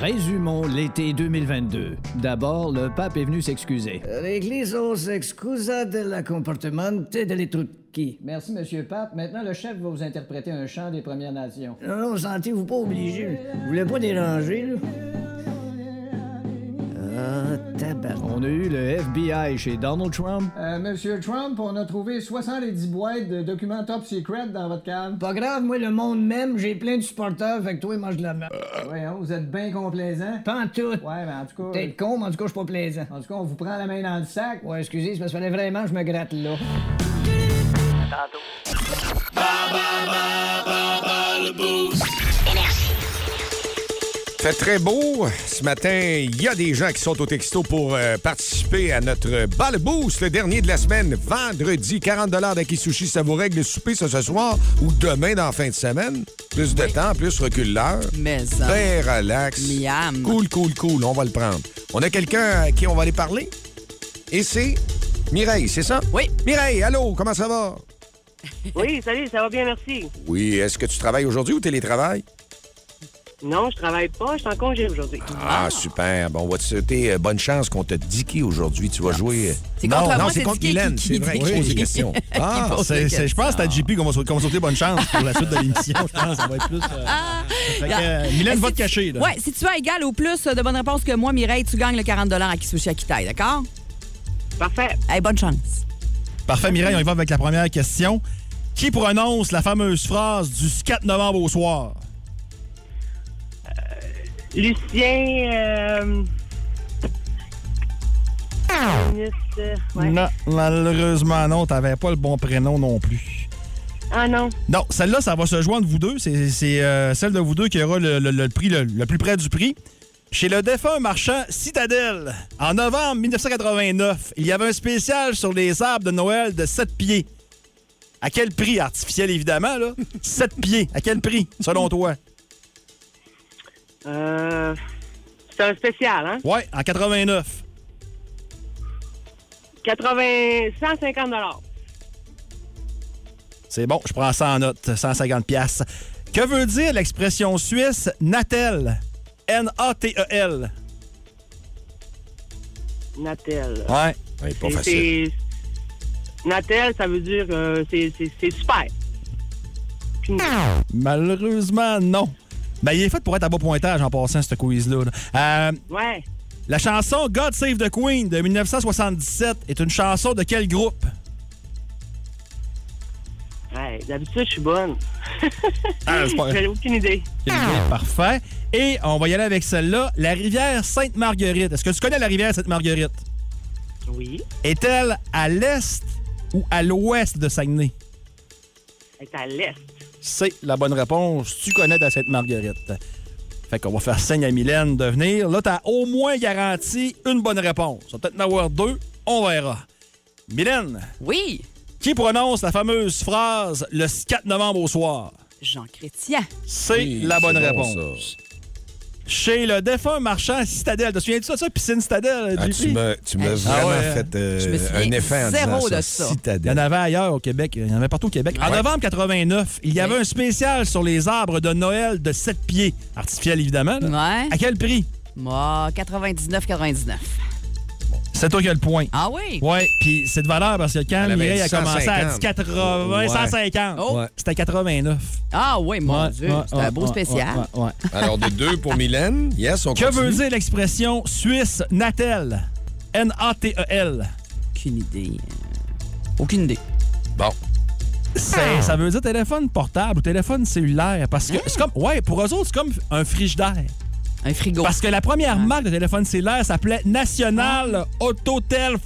S8: Résumons l'été 2022. D'abord, le pape est venu s'excuser.
S9: L'Église s'excusa de la comportement de trucs.
S8: Merci, Monsieur Pape. Maintenant, le chef va vous interpréter un chant des Premières Nations.
S9: Non, non, sentez-vous pas obligé. Vous voulez pas déranger, là? Ah, tabac.
S8: On a eu le FBI chez Donald Trump. Euh, Monsieur Trump, on a trouvé 70 boîtes de documents top secret dans votre cave.
S9: Pas grave, moi, le monde même, j'ai plein de supporters, fait que toi, mange de la merde.
S8: Voyons, hein, vous êtes bien complaisant.
S9: Pas en tout.
S8: Ouais, mais en tout cas,
S9: T'es con, mais en tout cas, je suis pas plaisant.
S8: en tout cas, on vous prend la main dans le sac.
S9: Ouais, excusez, c'est parce qu'il fallait vraiment que je me gratte là.
S3: Fait très beau. Ce matin, il y a des gens qui sont au texto pour euh, participer à notre Ball Boost, le dernier de la semaine, vendredi. 40 d'acquis sushi, ça vous règle le souper ça, ce soir ou demain dans la fin de semaine. Plus de temps, plus recul l'heure.
S4: Mais, hein.
S3: Très relax.
S4: Miam.
S3: Cool, cool, cool. On va le prendre. On a quelqu'un à qui on va aller parler. Et c'est Mireille, c'est ça?
S4: Oui.
S3: Mireille, allô, comment ça va?
S10: Oui, salut, ça va bien, merci.
S3: Oui, est-ce que tu travailles aujourd'hui ou télétravail?
S10: Non, je travaille pas, je suis en congé aujourd'hui.
S3: Ah, super. Bon, on va te souhaiter euh, bonne chance contre Dicky aujourd'hui. Tu vas jouer. euh,
S5: C'est
S3: non,
S5: contre
S3: non,
S5: moi,
S3: c'est
S5: c'est
S3: contre
S5: Dicky
S3: Mylène,
S5: qui-
S3: c'est vrai.
S5: qui-
S3: Je pose des
S5: qui-
S3: questions.
S5: Ah,
S3: Qui pose
S5: c'est-
S3: des
S5: c'est- je pense que
S3: questions.
S5: c'est à JP qu'on va sou- qu'on va sauter bonne chance pour la suite de l'émission. Je pense ça va être plus. euh,
S3: Ah.
S5: fait que, euh, Mylène va te cacher. Là.
S4: Oui, si tu as égal ou plus de bonnes réponses que moi, Mireille, tu gagnes le 40 à Kisushi Akitaï, d'accord?
S10: Parfait.
S4: Hey, bonne chance.
S5: Parfait, Mireille, on y va avec la première question. Qui prononce la fameuse phrase du 4 novembre au soir?
S10: Lucien. Euh... ministre, euh, ouais.
S5: Non, malheureusement, non, t'avais pas le bon prénom non plus.
S10: Ah non.
S5: Non, celle-là, ça va se joindre vous deux. C'est c'est, euh, celle de vous deux qui aura le, le- le prix le, le plus près du prix. Chez le défunt marchand Citadel, en novembre 1989, il y avait un spécial sur les arbres de Noël de 7 pieds. À quel prix? Artificiel, évidemment, là. 7 pieds. À quel prix, selon toi?
S10: Euh, c'est un spécial, hein?
S5: Ouais, en 89.
S10: 80, 150 dollars.
S5: C'est bon, je prends ça en note, 150 pièces. Que veut dire l'expression suisse Natel? N-A-T-E-L.
S10: Natel.
S5: Ouais.
S3: Ouais,
S10: C'est- c'est- Natel, ça veut dire euh, c'est c'est- c'est super. Puis-
S5: Malheureusement, non. Ben, il est fait pour être à bas pointage en passant ce quiz-là. là. Euh,
S10: Ouais.
S5: la chanson God Save the Queen de 1977 est une chanson de quel groupe?
S10: Ouais, D'habitude, je suis bonne. (laughs)
S5: Ah, c'est pas-
S10: J'ai aucune idée.
S5: Ah. Parfait. Et on va y aller avec celle-là. La rivière Sainte-Marguerite. Est-ce que tu connais la rivière Sainte-Marguerite?
S10: Oui.
S5: Est-elle à l'est ou à l'ouest de Saguenay?
S10: Elle est à l'est.
S5: c'est la bonne réponse. Tu connais ta Sainte-Marguerite. Fait qu'on va faire signe à Mylène de venir. Là, t'as au moins garanti une bonne réponse. On va peut-être en avoir deux. On verra. Mylène.
S4: Oui.
S5: Qui prononce la fameuse phrase le 4 novembre au soir?
S4: Jean Chrétien.
S5: C'est
S4: Oui,
S5: la bonne
S4: c'est bon,
S5: réponse. Chez le défunt marchand Citadelle. Te souviens-tu de ça, piscine Citadelle?
S3: Ah, tu
S5: JP?
S3: m'as tu m'as
S5: Ah
S3: vraiment
S5: ouais, hein?
S3: fait euh,
S5: Je me souviens
S3: un effet en
S5: zéro
S3: disant
S5: de
S3: ça.
S5: ça.
S3: Citadelle.
S5: Il y en avait ailleurs au Québec. Il y en avait partout au Québec. En
S3: Ouais.
S5: novembre 89, il y avait un spécial sur les arbres de Noël de 7 pieds. Artificiel, évidemment. là.
S4: Ouais.
S5: À quel prix?
S4: Moi, 99,99.
S5: C'est toi qui as le point.
S4: Ah oui?
S5: Ouais, puis c'est de valeur parce que quand
S4: Elle avait
S5: Mireille a
S4: dit
S5: commencé à
S4: 150.
S5: 80,
S4: Ouais.
S5: 150,
S4: Oh. Ouais.
S5: c'était 89.
S4: Ah oui, mon
S5: Ouais,
S4: Dieu.
S5: ouais,
S4: C'est un
S5: ouais,
S4: beau
S5: ouais,
S4: spécial.
S5: ouais, ouais, ouais.
S3: Alors, de deux pour Mylène. Yes, on
S5: Que
S3: continue.
S5: veut dire l'expression suisse Natel? N-A-T-E-L.
S4: Aucune idée. Aucune idée.
S3: Bon.
S4: Ah.
S5: C'est- Ça veut dire téléphone portable ou téléphone cellulaire. Parce que c'est comme. Ouais, pour eux autres, c'est comme un frigidaire.
S4: Un frigo.
S5: Parce que la première
S4: Ah.
S5: marque de téléphone cellulaire s'appelait National Autotel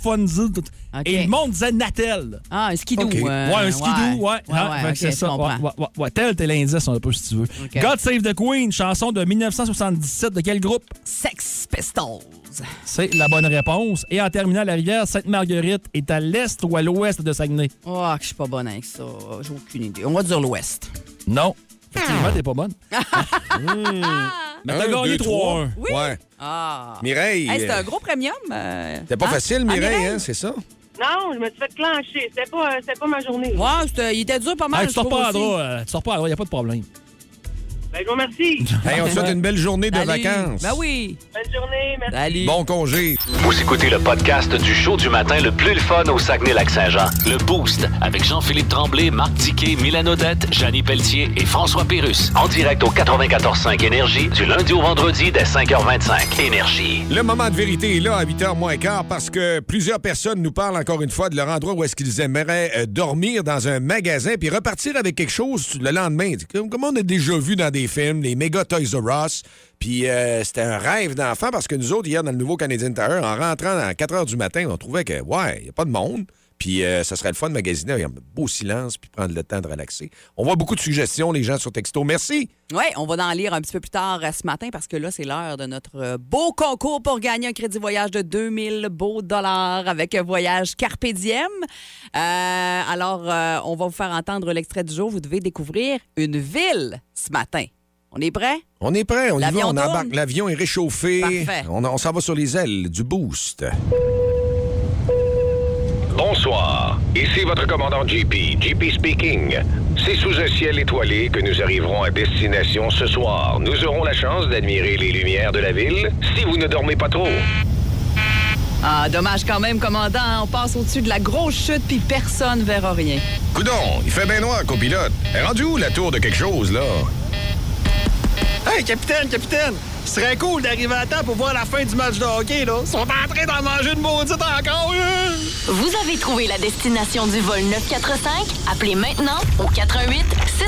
S5: Et le monde disait Natel.
S4: Ah, un skidoo.
S5: Ok.
S4: euh,
S5: ouais, un skidoo, ouais.
S4: Ouais,
S5: Ah,
S4: ouais,
S5: fait que
S4: ok,
S5: c'est
S4: je
S5: ça. Ouais,
S4: comprends.
S5: ouais, ouais, ouais. Tel t'es l'indice un peu, si tu veux.
S4: Ok.
S5: God Save the Queen, chanson de 1977 de quel groupe?
S4: Sex Pistols.
S5: C'est la bonne réponse. Et en terminant, la rivière Sainte-Marguerite est à l'est ou à l'ouest de Saguenay?
S4: Oh, que je suis pas bonne avec ça. J'ai aucune idée. On va dire l'Ouest.
S5: Non. Effectivement, t'es pas bonne. Mais t'as
S3: Un,
S5: gagné
S3: deux,
S5: 3-1.
S4: Oui.
S3: Ouais.
S4: Ah.
S3: Mireille.
S4: Hey, c'est
S3: euh,
S4: un gros premium. euh,
S3: C'était pas
S4: hein?
S3: facile,
S4: Ah,
S3: Mireille, hein, c'est ça?
S10: Non, je me suis fait clencher. C'était pas, euh, c'était pas ma journée.
S4: Ouais, c'était- il était dur pas mal.
S5: Hey,
S4: Ah, je
S5: tu sors
S4: trouve
S5: pas à
S4: aussi.
S5: droit, euh, tu sors pas à droit, y a pas de problème.
S10: Ben, je vous
S5: (laughs)
S10: remercie.
S3: Hey, on te souhaite une belle journée de
S10: Salut.
S3: vacances.
S4: Ben oui.
S10: Bonne journée. Merci.
S3: Bon congé.
S2: Vous écoutez le podcast du show du matin le plus le fun au Saguenay-Lac-Saint-Jean. Le Boost avec Jean-Philippe Tremblay, Marc Tiquet, Milan Odette, Janine Pelletier et François Pérus. En direct au 94.5 Énergie du lundi au vendredi dès 5h25. Énergie.
S3: Le moment de vérité est là à 8h moins quart parce que plusieurs personnes nous parlent encore une fois de leur endroit où est-ce qu'ils aimeraient euh, dormir dans un magasin puis repartir avec quelque chose le lendemain. C'est Comme comme on a déjà vu dans des films, les méga Toys R Us. Puis euh, c'était un rêve d'enfant parce que nous autres, hier, dans le nouveau Canadian Tower, en rentrant à 4 h du matin, on trouvait que, ouais, il n'y a pas de monde. Puis euh, ça serait le fun de magasiner avec un beau silence puis prendre le temps de relaxer. On voit beaucoup de suggestions, les gens sur texto. Merci.
S4: Oui, on va en lire un petit peu plus tard euh, ce matin parce que là, c'est l'heure de notre euh, beau concours pour gagner un crédit voyage de 2000 beaux dollars avec un voyage Carpe Diem. Euh, alors, euh, on va vous faire entendre l'extrait du jour. Vous devez découvrir une ville ce matin. On est prêt?
S3: On est prêt, on y va,
S4: L'avion
S3: on
S4: tourne.
S3: embarque. L'avion est réchauffé.
S4: Parfait.
S3: On, on s'en va sur les ailes du boost.
S11: Bonsoir, ici votre commandant JP, JP speaking. C'est sous un ciel étoilé que nous arriverons à destination ce soir. Nous aurons la chance d'admirer les lumières de la ville si vous ne dormez pas trop.
S4: Ah, dommage quand même, commandant. hein. On passe au-dessus de la grosse chute, puis personne verra rien.
S3: Coudon, il fait bien noir, copilote. Elle est rendu où la tour de quelque chose, là?
S12: Hey, capitaine, capitaine! Ce serait cool d'arriver à temps pour voir la fin du match de hockey, là. Ils sont en train d'en manger une maudite encore, là.
S1: Vous avez trouvé la destination du vol 945? Appelez maintenant au 88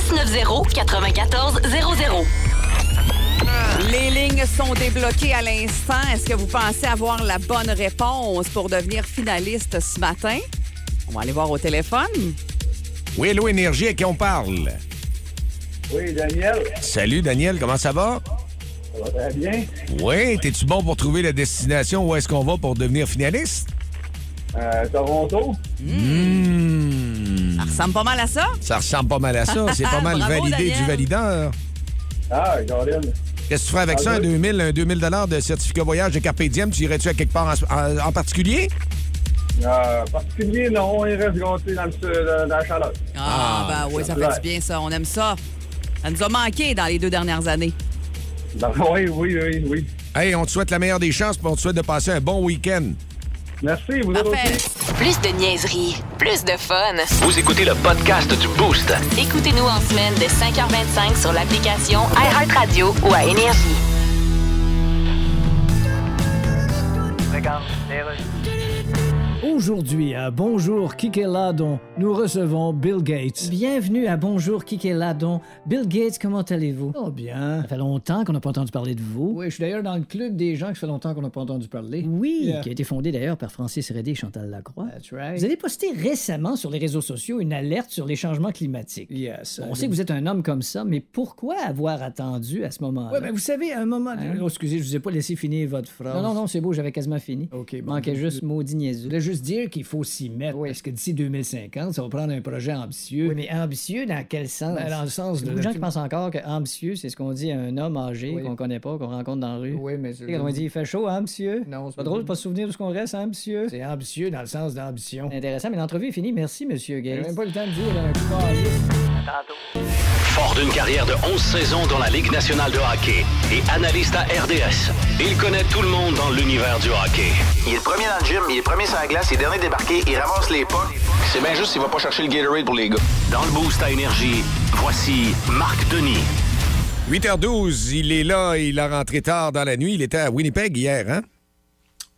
S1: 690 9400.
S4: Les lignes sont débloquées à l'instant. Est-ce que vous pensez avoir la bonne réponse pour devenir finaliste ce matin? On va aller voir au téléphone.
S3: Oui, Hello Énergie, à qui on parle?
S13: Oui, Daniel,
S3: Salut, Daniel, comment ça va?
S13: ça va très bien.
S3: Oui, t'es-tu bon pour trouver la destination où est-ce qu'on va pour devenir finaliste?
S13: Euh, Toronto.
S3: Hmm.
S4: Ça ressemble pas mal à ça?
S3: Ça ressemble pas mal à ça. C'est pas
S4: (laughs)
S3: mal
S4: Bravo,
S3: validé
S4: Daniel.
S3: du valideur.
S13: Ah, Caroline.
S3: Qu'est-ce que tu ferais avec
S13: Ah,
S3: ça, un
S13: oui.
S3: 2000, un 2000 de certificat voyage de Carpe Diem? Tu irais-tu à quelque part en, en- en particulier?
S13: Euh, particulier, non, on reste gâté dans, le, sud- dans la chaleur.
S4: Ah, bah ben oui, ça fait du bien, ça. On aime ça. Ça nous a manqué dans les deux dernières années.
S13: oui, oui, oui, oui.
S3: Hey, on te souhaite la meilleure des chances puis on te souhaite de passer un bon week-end.
S13: Merci, vous
S1: Parfait. Plus de niaiserie, plus de fun.
S2: Vous écoutez le podcast du Boost.
S1: Écoutez-nous en semaine de 5h25 sur l'application iHeartRadio ou à Énergie.
S9: Aujourd'hui à Bonjour Kikeladon, nous recevons Bill Gates. Bienvenue à Bonjour Kikeladon. Bill Gates, comment allez-vous? Oh bien. Ça fait longtemps qu'on n'a pas entendu parler de vous. Oui, je suis d'ailleurs dans le club des gens que ça fait longtemps qu'on n'a pas entendu parler. Oui,
S14: Yeah.
S9: qui a été fondé d'ailleurs par Francis Redé et Chantal Lacroix. Vous avez posté récemment sur les réseaux sociaux une alerte sur les changements climatiques. On sait que vous êtes un homme comme ça, mais pourquoi avoir attendu à ce moment-là?
S14: Ouais, ben, vous savez, à un moment.
S9: Hein?
S14: Oh, excusez, je vous ai pas laissé finir votre phrase.
S9: Non, non, non, c'est beau, j'avais quasiment fini.
S14: OK, bon. ben,
S9: Manquait juste maudit niaiseux.
S14: Je voulais juste dire qu'il faut s'y mettre parce que d'ici 2050, ça va prendre un projet ambitieux.
S9: Oui, mais ambitieux dans quel sens?
S14: Ben, dans le sens de-
S9: Beaucoup de gens qui pensent encore que ambitieux, c'est ce qu'on dit à un homme âgé qu'on connaît pas, qu'on rencontre dans la rue. Oui, mais
S14: je-
S9: on dit, il fait chaud, hein, monsieur? Non, c'est pas drôle de
S14: vrai.
S9: pas se souvenir de ce qu'on reste, hein, monsieur? C'est ambitieux dans le sens d'ambition. Intéressant, mais l'entrevue est finie. Merci, monsieur Gates. même pas le temps de dire un
S2: Fort d'une carrière de 11 saisons dans la Ligue nationale de hockey et analyste à RDS, il connaît tout le monde dans l'univers du hockey.
S7: Il est le premier dans le gym, il est premier sur la glace, il est dernier débarqué, il ramasse les pas. C'est bien juste s'il va pas chercher le Gatorade pour les gars.
S2: Dans le Boost à Énergie, voici Marc Denis.
S3: 8h12, il est là, il a rentré tard dans la nuit. Il était à Winnipeg hier, hein?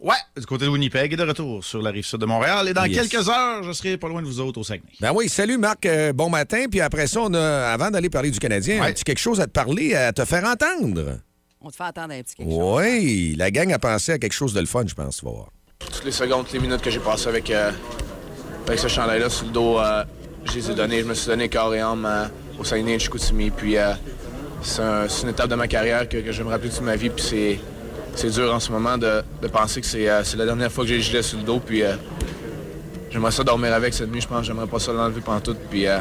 S15: Ouais, du côté de Winnipeg et de retour sur la rive sud de Montréal. Et dans
S3: Yes.
S15: quelques heures, je serai pas loin de vous autres au Saguenay.
S3: Ben oui, salut Marc, euh, bon matin. Puis après ça, on a, avant d'aller parler du Canadien, un petit quelque chose à te parler, à te faire entendre.
S4: On te fait attendre un petit quelque chose.
S3: Oui, la gang a pensé à quelque chose de le fun, je pense, tu vas voir.
S16: Toutes les secondes, toutes les minutes que j'ai passées avec, euh, avec ce chandail-là sur le dos, euh, je les ai données. Je me suis donné corps et âme euh, au Saguenay de Chicoutimi. Puis euh, c'est un- c'est une étape de ma carrière que, que je vais me rappeler toute ma vie. Puis c'est- c'est dur en ce moment de, de penser que c'est euh, c'est la dernière fois que j'ai le gilet sur le dos. Puis euh, j'aimerais ça dormir avec cette nuit, je pense. J'aimerais pas ça l'enlever pantoute. Puis euh,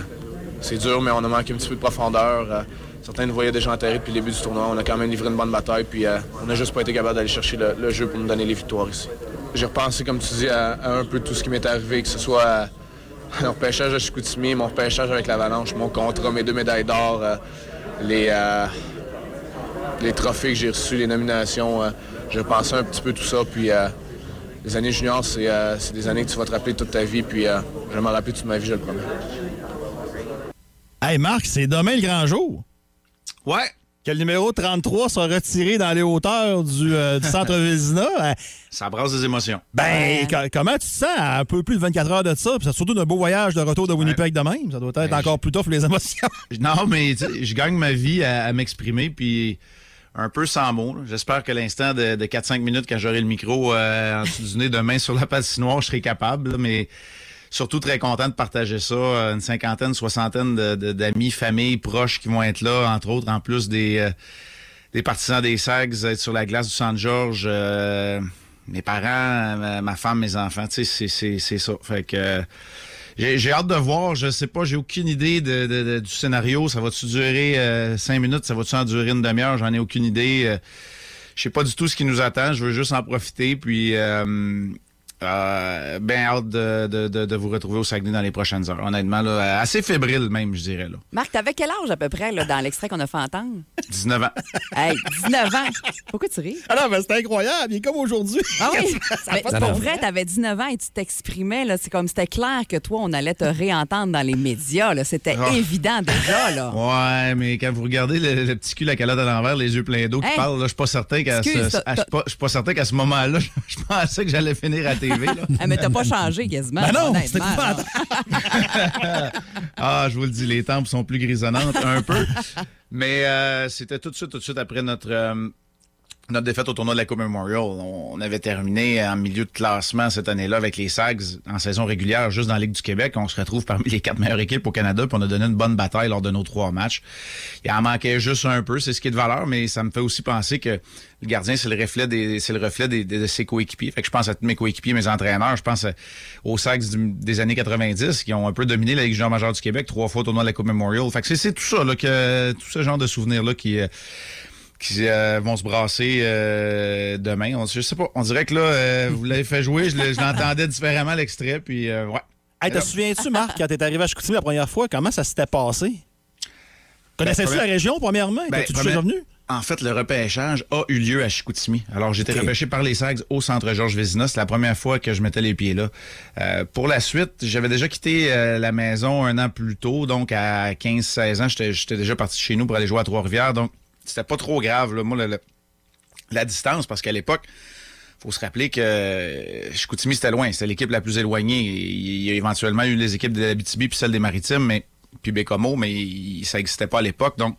S16: c'est dur, mais on a manqué un petit peu de profondeur. Euh, certains nous voyaient déjà enterrés depuis le début du tournoi. On a quand même livré une bonne bataille. Puis euh, on n'a juste pas été capable d'aller chercher le, le jeu pour nous donner les victoires ici. J'ai repensé, comme tu dis, à, à un peu tout ce qui m'est arrivé, que ce soit euh, (laughs) mon repêchage à Chicoutimi, mon repêchage avec l'Avalanche, mon contrat, mes deux médailles d'or, euh, les, euh, les trophées que j'ai reçus, les nominations. euh, j'ai repensé un petit peu tout ça. Puis euh, les années juniors, c'est euh, c'est des années que tu vas te rappeler toute ta vie. Puis euh, je vais m'en rappeler toute ma vie, je le promets.
S5: Hey, Marc, c'est demain le grand jour.
S15: Ouais.
S5: Que le numéro 33 soit retiré dans les hauteurs du, euh, du (laughs) centre Vézina. Euh,
S15: Ça brasse des émotions.
S5: Ben, co- comment tu te sens à un peu plus de 24 heures de ça? Puis c'est surtout d'un beau voyage de retour de Winnipeg de même. Ça doit être encore plus tough les émotions. (laughs)
S15: Non, mais tu sais, je gagne ma vie à, à m'exprimer, puis un peu sans mots. là. J'espère que l'instant de, de 4-5 minutes, quand j'aurai le micro euh, en dessous du nez demain sur la patinoire, je serai capable. là, mais surtout très content de partager ça. euh, Une cinquantaine, soixantaine de- de- d'amis, familles, proches qui vont être là, entre autres, en plus des, euh, des partisans des Sags, être sur la glace du Saint-Georges. euh, mes parents, ma, ma femme, mes enfants, tu sais, c'est- c'est c'est ça. Fait que... euh, j'ai j'ai hâte de voir, je sais pas, j'ai aucune idée de- de- de- du scénario. Ça va-tu durer euh, cinq minutes, ça va-tu en durer une demi-heure, j'en ai aucune idée. Euh, je sais pas du tout ce qui nous attend, je veux juste en profiter. Puis euh, Euh, ben hâte de, de- de- de vous retrouver au Saguenay dans les prochaines heures. Honnêtement, là, assez fébrile même, je dirais. Là.
S4: Marc, t'avais quel âge à peu près là, dans l'extrait qu'on a fait entendre?
S15: 19
S4: (laughs)
S15: ans.
S4: Hey, 19 ans! Pourquoi tu ris?
S5: Ah non, mais c'est incroyable, il est comme aujourd'hui.
S4: Ah (laughs) oui?
S5: Ça a
S4: Mais
S5: pas de
S4: pour
S5: bon
S4: vrai, t'avais 19 ans et tu t'exprimais, là, c'est comme c'était clair que toi, on allait te réentendre dans les médias, là. C'était
S15: Ah.
S4: évident déjà, là.
S15: Ouais, mais quand vous regardez le, le petit cul, la calotte à l'envers, les yeux pleins d'eau qui
S4: Hey!
S15: parle, là, je suis pas certain qu'à
S4: Excuse,
S15: ce,
S4: t'as-
S15: à- je suis pas- je suis pas certain qu'à ce moment-là, (laughs) je pensais que j'allais finir à TV. là.
S4: (laughs) Ah, mais t'as pas changé quasiment.
S15: Ben non,
S4: honnêtement,
S15: c'était
S4: là.
S15: Ah, je vous le dis, les tempes sont plus grisonnantes un peu. Mais euh, c'était tout de suite, tout de suite après notre, euh, notre défaite au tournoi de la Coupe Memorial. On, on avait terminé en milieu de classement cette année-là avec les Sags en saison régulière, juste dans la Ligue du Québec. On se retrouve parmi les quatre meilleures équipes au Canada, puis on a donné une bonne bataille lors de nos trois matchs. Il en manquait juste un peu, c'est ce qui est de valeur, mais ça me fait aussi penser que le gardien, c'est le reflet des, c'est le reflet des, des- de ses coéquipiers. Fait que je pense à tous mes coéquipiers, mes entraîneurs, je pense à- aux Sags du- des années 90 qui ont un peu dominé la Ligue junior majeure du Québec, trois fois au tournoi de la Coupe Memorial. Fait que c'est, c'est tout ça, là, que, tout ce genre de souvenirs-là qui, euh, qui euh, vont se brasser euh, demain. On, je sais pas, on dirait que là, euh, vous l'avez fait jouer, je, le- je l'entendais (laughs) différemment l'extrait, puis euh, ouais.
S5: (laughs) Hey, te souviens-tu, Marc, quand t'es arrivé à Chicoutimi la première fois, comment ça s'était passé? Connaissais-tu la
S15: première-
S5: région, premièrement?
S15: Ben,
S5: tu
S15: première-
S5: revenu?
S15: En fait, le repêchage a eu lieu à Chicoutimi. Alors, j'étais
S5: Ok.
S15: repêché par les Sags au centre Georges Vézina. C'est la première fois que je mettais les pieds là. Euh, pour la suite, j'avais déjà quitté euh, la maison un an plus tôt. Donc, à 15-16 ans, j'étais j'étais déjà parti de chez nous pour aller jouer à Trois-Rivières. Donc, c'était pas trop grave. là. Moi, le- le- la distance, parce qu'à l'époque, faut se rappeler que euh, Chicoutimi, c'était loin. C'était l'équipe la plus éloignée. Il y a éventuellement eu les équipes de l'Abitibi puis celle des Maritimes, mais puis Bécomo, mais il- ça n'existait pas à l'époque. Donc,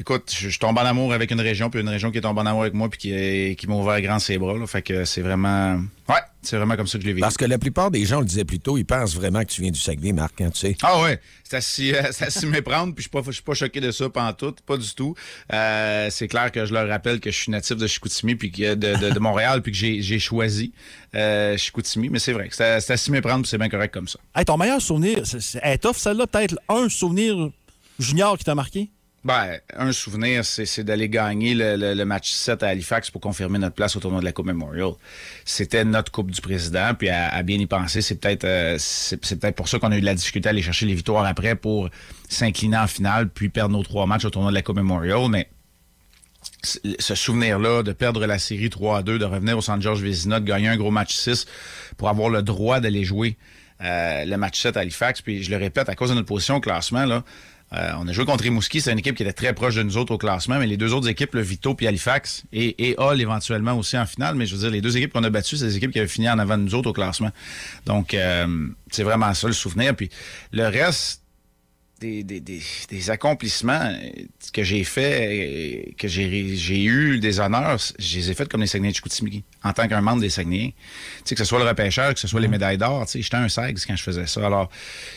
S15: écoute, je, je tombe en amour avec une région, puis une région qui est tombée en amour avec moi, puis qui, est- qui m'a ouvert grand ses bras. là. Fait que c'est vraiment... Ouais, c'est vraiment comme ça que je l'ai vécu.
S3: Parce que la plupart des gens, on le disait plus tôt, ils pensent vraiment que tu viens du Saguenay, Marc, hein, tu sais.
S15: Ah ouais, c'est à s'y euh, c'est à s'y méprendre, puis je suis pas, je suis pas choqué de ça pantoute, pas du tout. Euh, c'est clair que je leur rappelle que je suis natif de Chicoutimi, puis que de, de- de Montréal, puis que j'ai j'ai choisi euh, Chicoutimi, mais c'est vrai, que c'est à- c'est à s'y méprendre, puis c'est bien correct comme ça.
S5: Hey, ton meilleur souvenir, c'est, c'est- elle est tough, celle-là, peut-être un souvenir junior qui t'a marqué?
S15: Ben, un souvenir, c'est c'est d'aller gagner le, le- le match 7 à Halifax pour confirmer notre place au tournoi de la Coupe Memorial. C'était notre Coupe du Président, puis à, à bien y penser, c'est peut-être euh, c'est c'est peut-être pour ça qu'on a eu de la difficulté à aller chercher les victoires après pour s'incliner en finale, puis perdre nos trois matchs au tournoi de la Coupe Memorial. Mais ce- ce souvenir-là de perdre la série 3 à 2, de revenir au San George Vézina, de gagner un gros match 6 pour avoir le droit d'aller jouer euh, le match 7 à Halifax. Puis je le répète, à cause de notre position au classement, là, euh, on a joué contre Rimouski, c'est une équipe qui était très proche de nous autres au classement, mais les deux autres équipes, le Vito puis Halifax, et, et Hall éventuellement aussi en finale, mais je veux dire, les deux équipes qu'on a battues, c'est des équipes qui avaient fini en avant de nous autres au classement. Donc, euh, c'est vraiment ça le souvenir. Puis le reste, des, des- des- des accomplissements euh, que j'ai fait, euh, que j'ai ré- j'ai eu des honneurs, c- je les ai faits comme les Saguenay de Chicoutimi, en tant qu'un membre des Saguenayens. Tu sais, que ce soit le repêcheur, que ce soit les médailles d'or, tu sais, j'étais un SAG quand je faisais ça. Alors,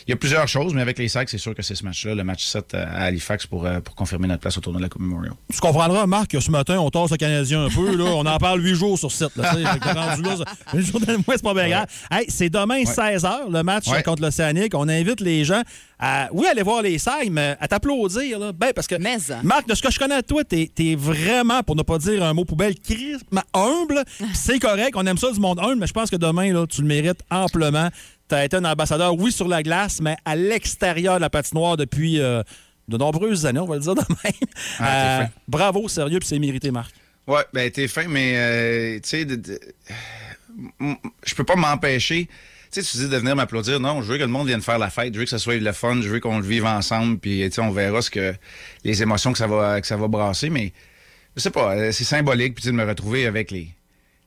S15: il y a plusieurs choses, mais avec les SAG, c'est sûr que c'est ce match-là, le match 7 à Halifax pour, euh, pour confirmer notre place au tournoi de la Coupe Memorial.
S5: Tu comprendras, Marc, que ce matin, on tasse le Canadien un peu. Là, on en parle huit jours sur sept. Là, tu sais. Fait que rendu là, ça- (laughs) une journée de moins, c'est pas bien grave. Hey, c'est demain, 16h, le match
S15: Ouais.
S5: contre l'Océanique. On invite les gens à, oui, aller voir les sailles, mais à t'applaudir. là. Ben, parce que, Marc, de ce que je connais de toi, t'es es vraiment, pour ne pas dire un mot poubelle, crissement humble. Puis C'est correct, on aime ça du monde humble, mais je pense que demain, là, tu le mérites amplement. T'as été un ambassadeur, oui, sur la glace, mais à l'extérieur de la patinoire depuis... euh, de nombreuses années, on va le dire de même.
S15: Ah, t'es
S5: Euh,
S15: fin.
S5: bravo, sérieux, puis c'est mérité, Marc.
S15: Ouais, ben t'es fin, mais euh, tu sais, de- de- m- je peux pas m'empêcher. Tu sais, tu dis de venir m'applaudir. Non, je veux que le monde vienne faire la fête. Je veux que ça soit le fun. Je veux qu'on le vive ensemble. Puis tu sais, on verra ce que les émotions que ça va que ça va brasser. Mais je sais pas, euh, c'est symbolique. Puis tu sais, de me retrouver avec les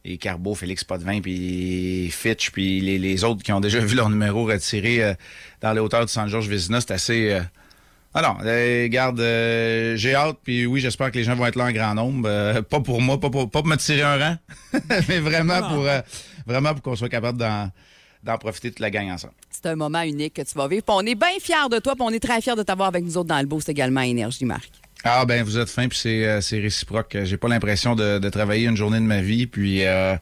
S15: les Carbo, Félix Potvin, puis Fitch, puis les, les autres qui ont déjà (laughs) vu leur numéro retiré euh, dans les hauteurs du San Georges Vézina, c'est assez. euh, ah non, euh, garde, euh, j'ai hâte, puis oui, j'espère que les gens vont être là en grand nombre. Euh, pas pour moi, pas pour, pas pour me tirer un rang, (laughs) mais vraiment pour, euh, vraiment pour qu'on soit capable d'en, d'en profiter toute la gang ensemble.
S4: C'est un moment unique que tu vas vivre. Puis on est bien fiers de toi, puis on est très fiers de t'avoir avec nous autres dans le beau. C'est également à Énergie, Marc.
S15: Ah ben, vous êtes fin, puis c'est, euh, c'est réciproque. J'ai pas l'impression de, de travailler une journée de ma vie, puis euh,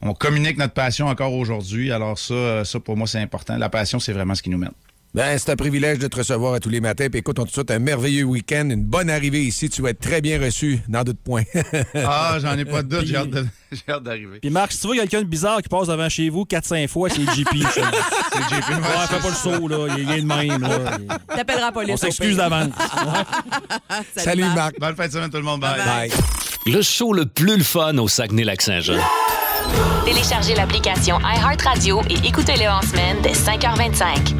S15: on communique notre passion encore aujourd'hui. Alors ça, euh, ça pour moi, c'est important. La passion, c'est vraiment ce qui nous mène.
S3: Ben, c'est un privilège de te recevoir à tous les matins. Puis écoute, on te souhaite un merveilleux week-end, une bonne arrivée ici. Tu vas être très bien reçu, n'en doute (laughs) point.
S15: (laughs) Ah, j'en ai pas de doute, j'ai hâte de- (laughs) j'ai hâte d'arriver.
S5: Puis Marc, si tu vois quelqu'un de bizarre qui passe devant chez vous 4-5 fois, c'est JP. je te le dis.
S15: C'est JP,
S5: Ouais, fais pas le saut, là. Il est le même, là.
S4: T'appelleras la police.
S5: On s'excuse
S4: au pire.
S5: d'avance.
S3: Salut, Marc.
S15: Bonne fin de semaine, tout le monde. Bye.
S2: Le show le plus le fun au Saguenay-Lac-Saint-Jean.
S1: Téléchargez l'application iHeartRadio et écoutez-le en semaine dès 5h25.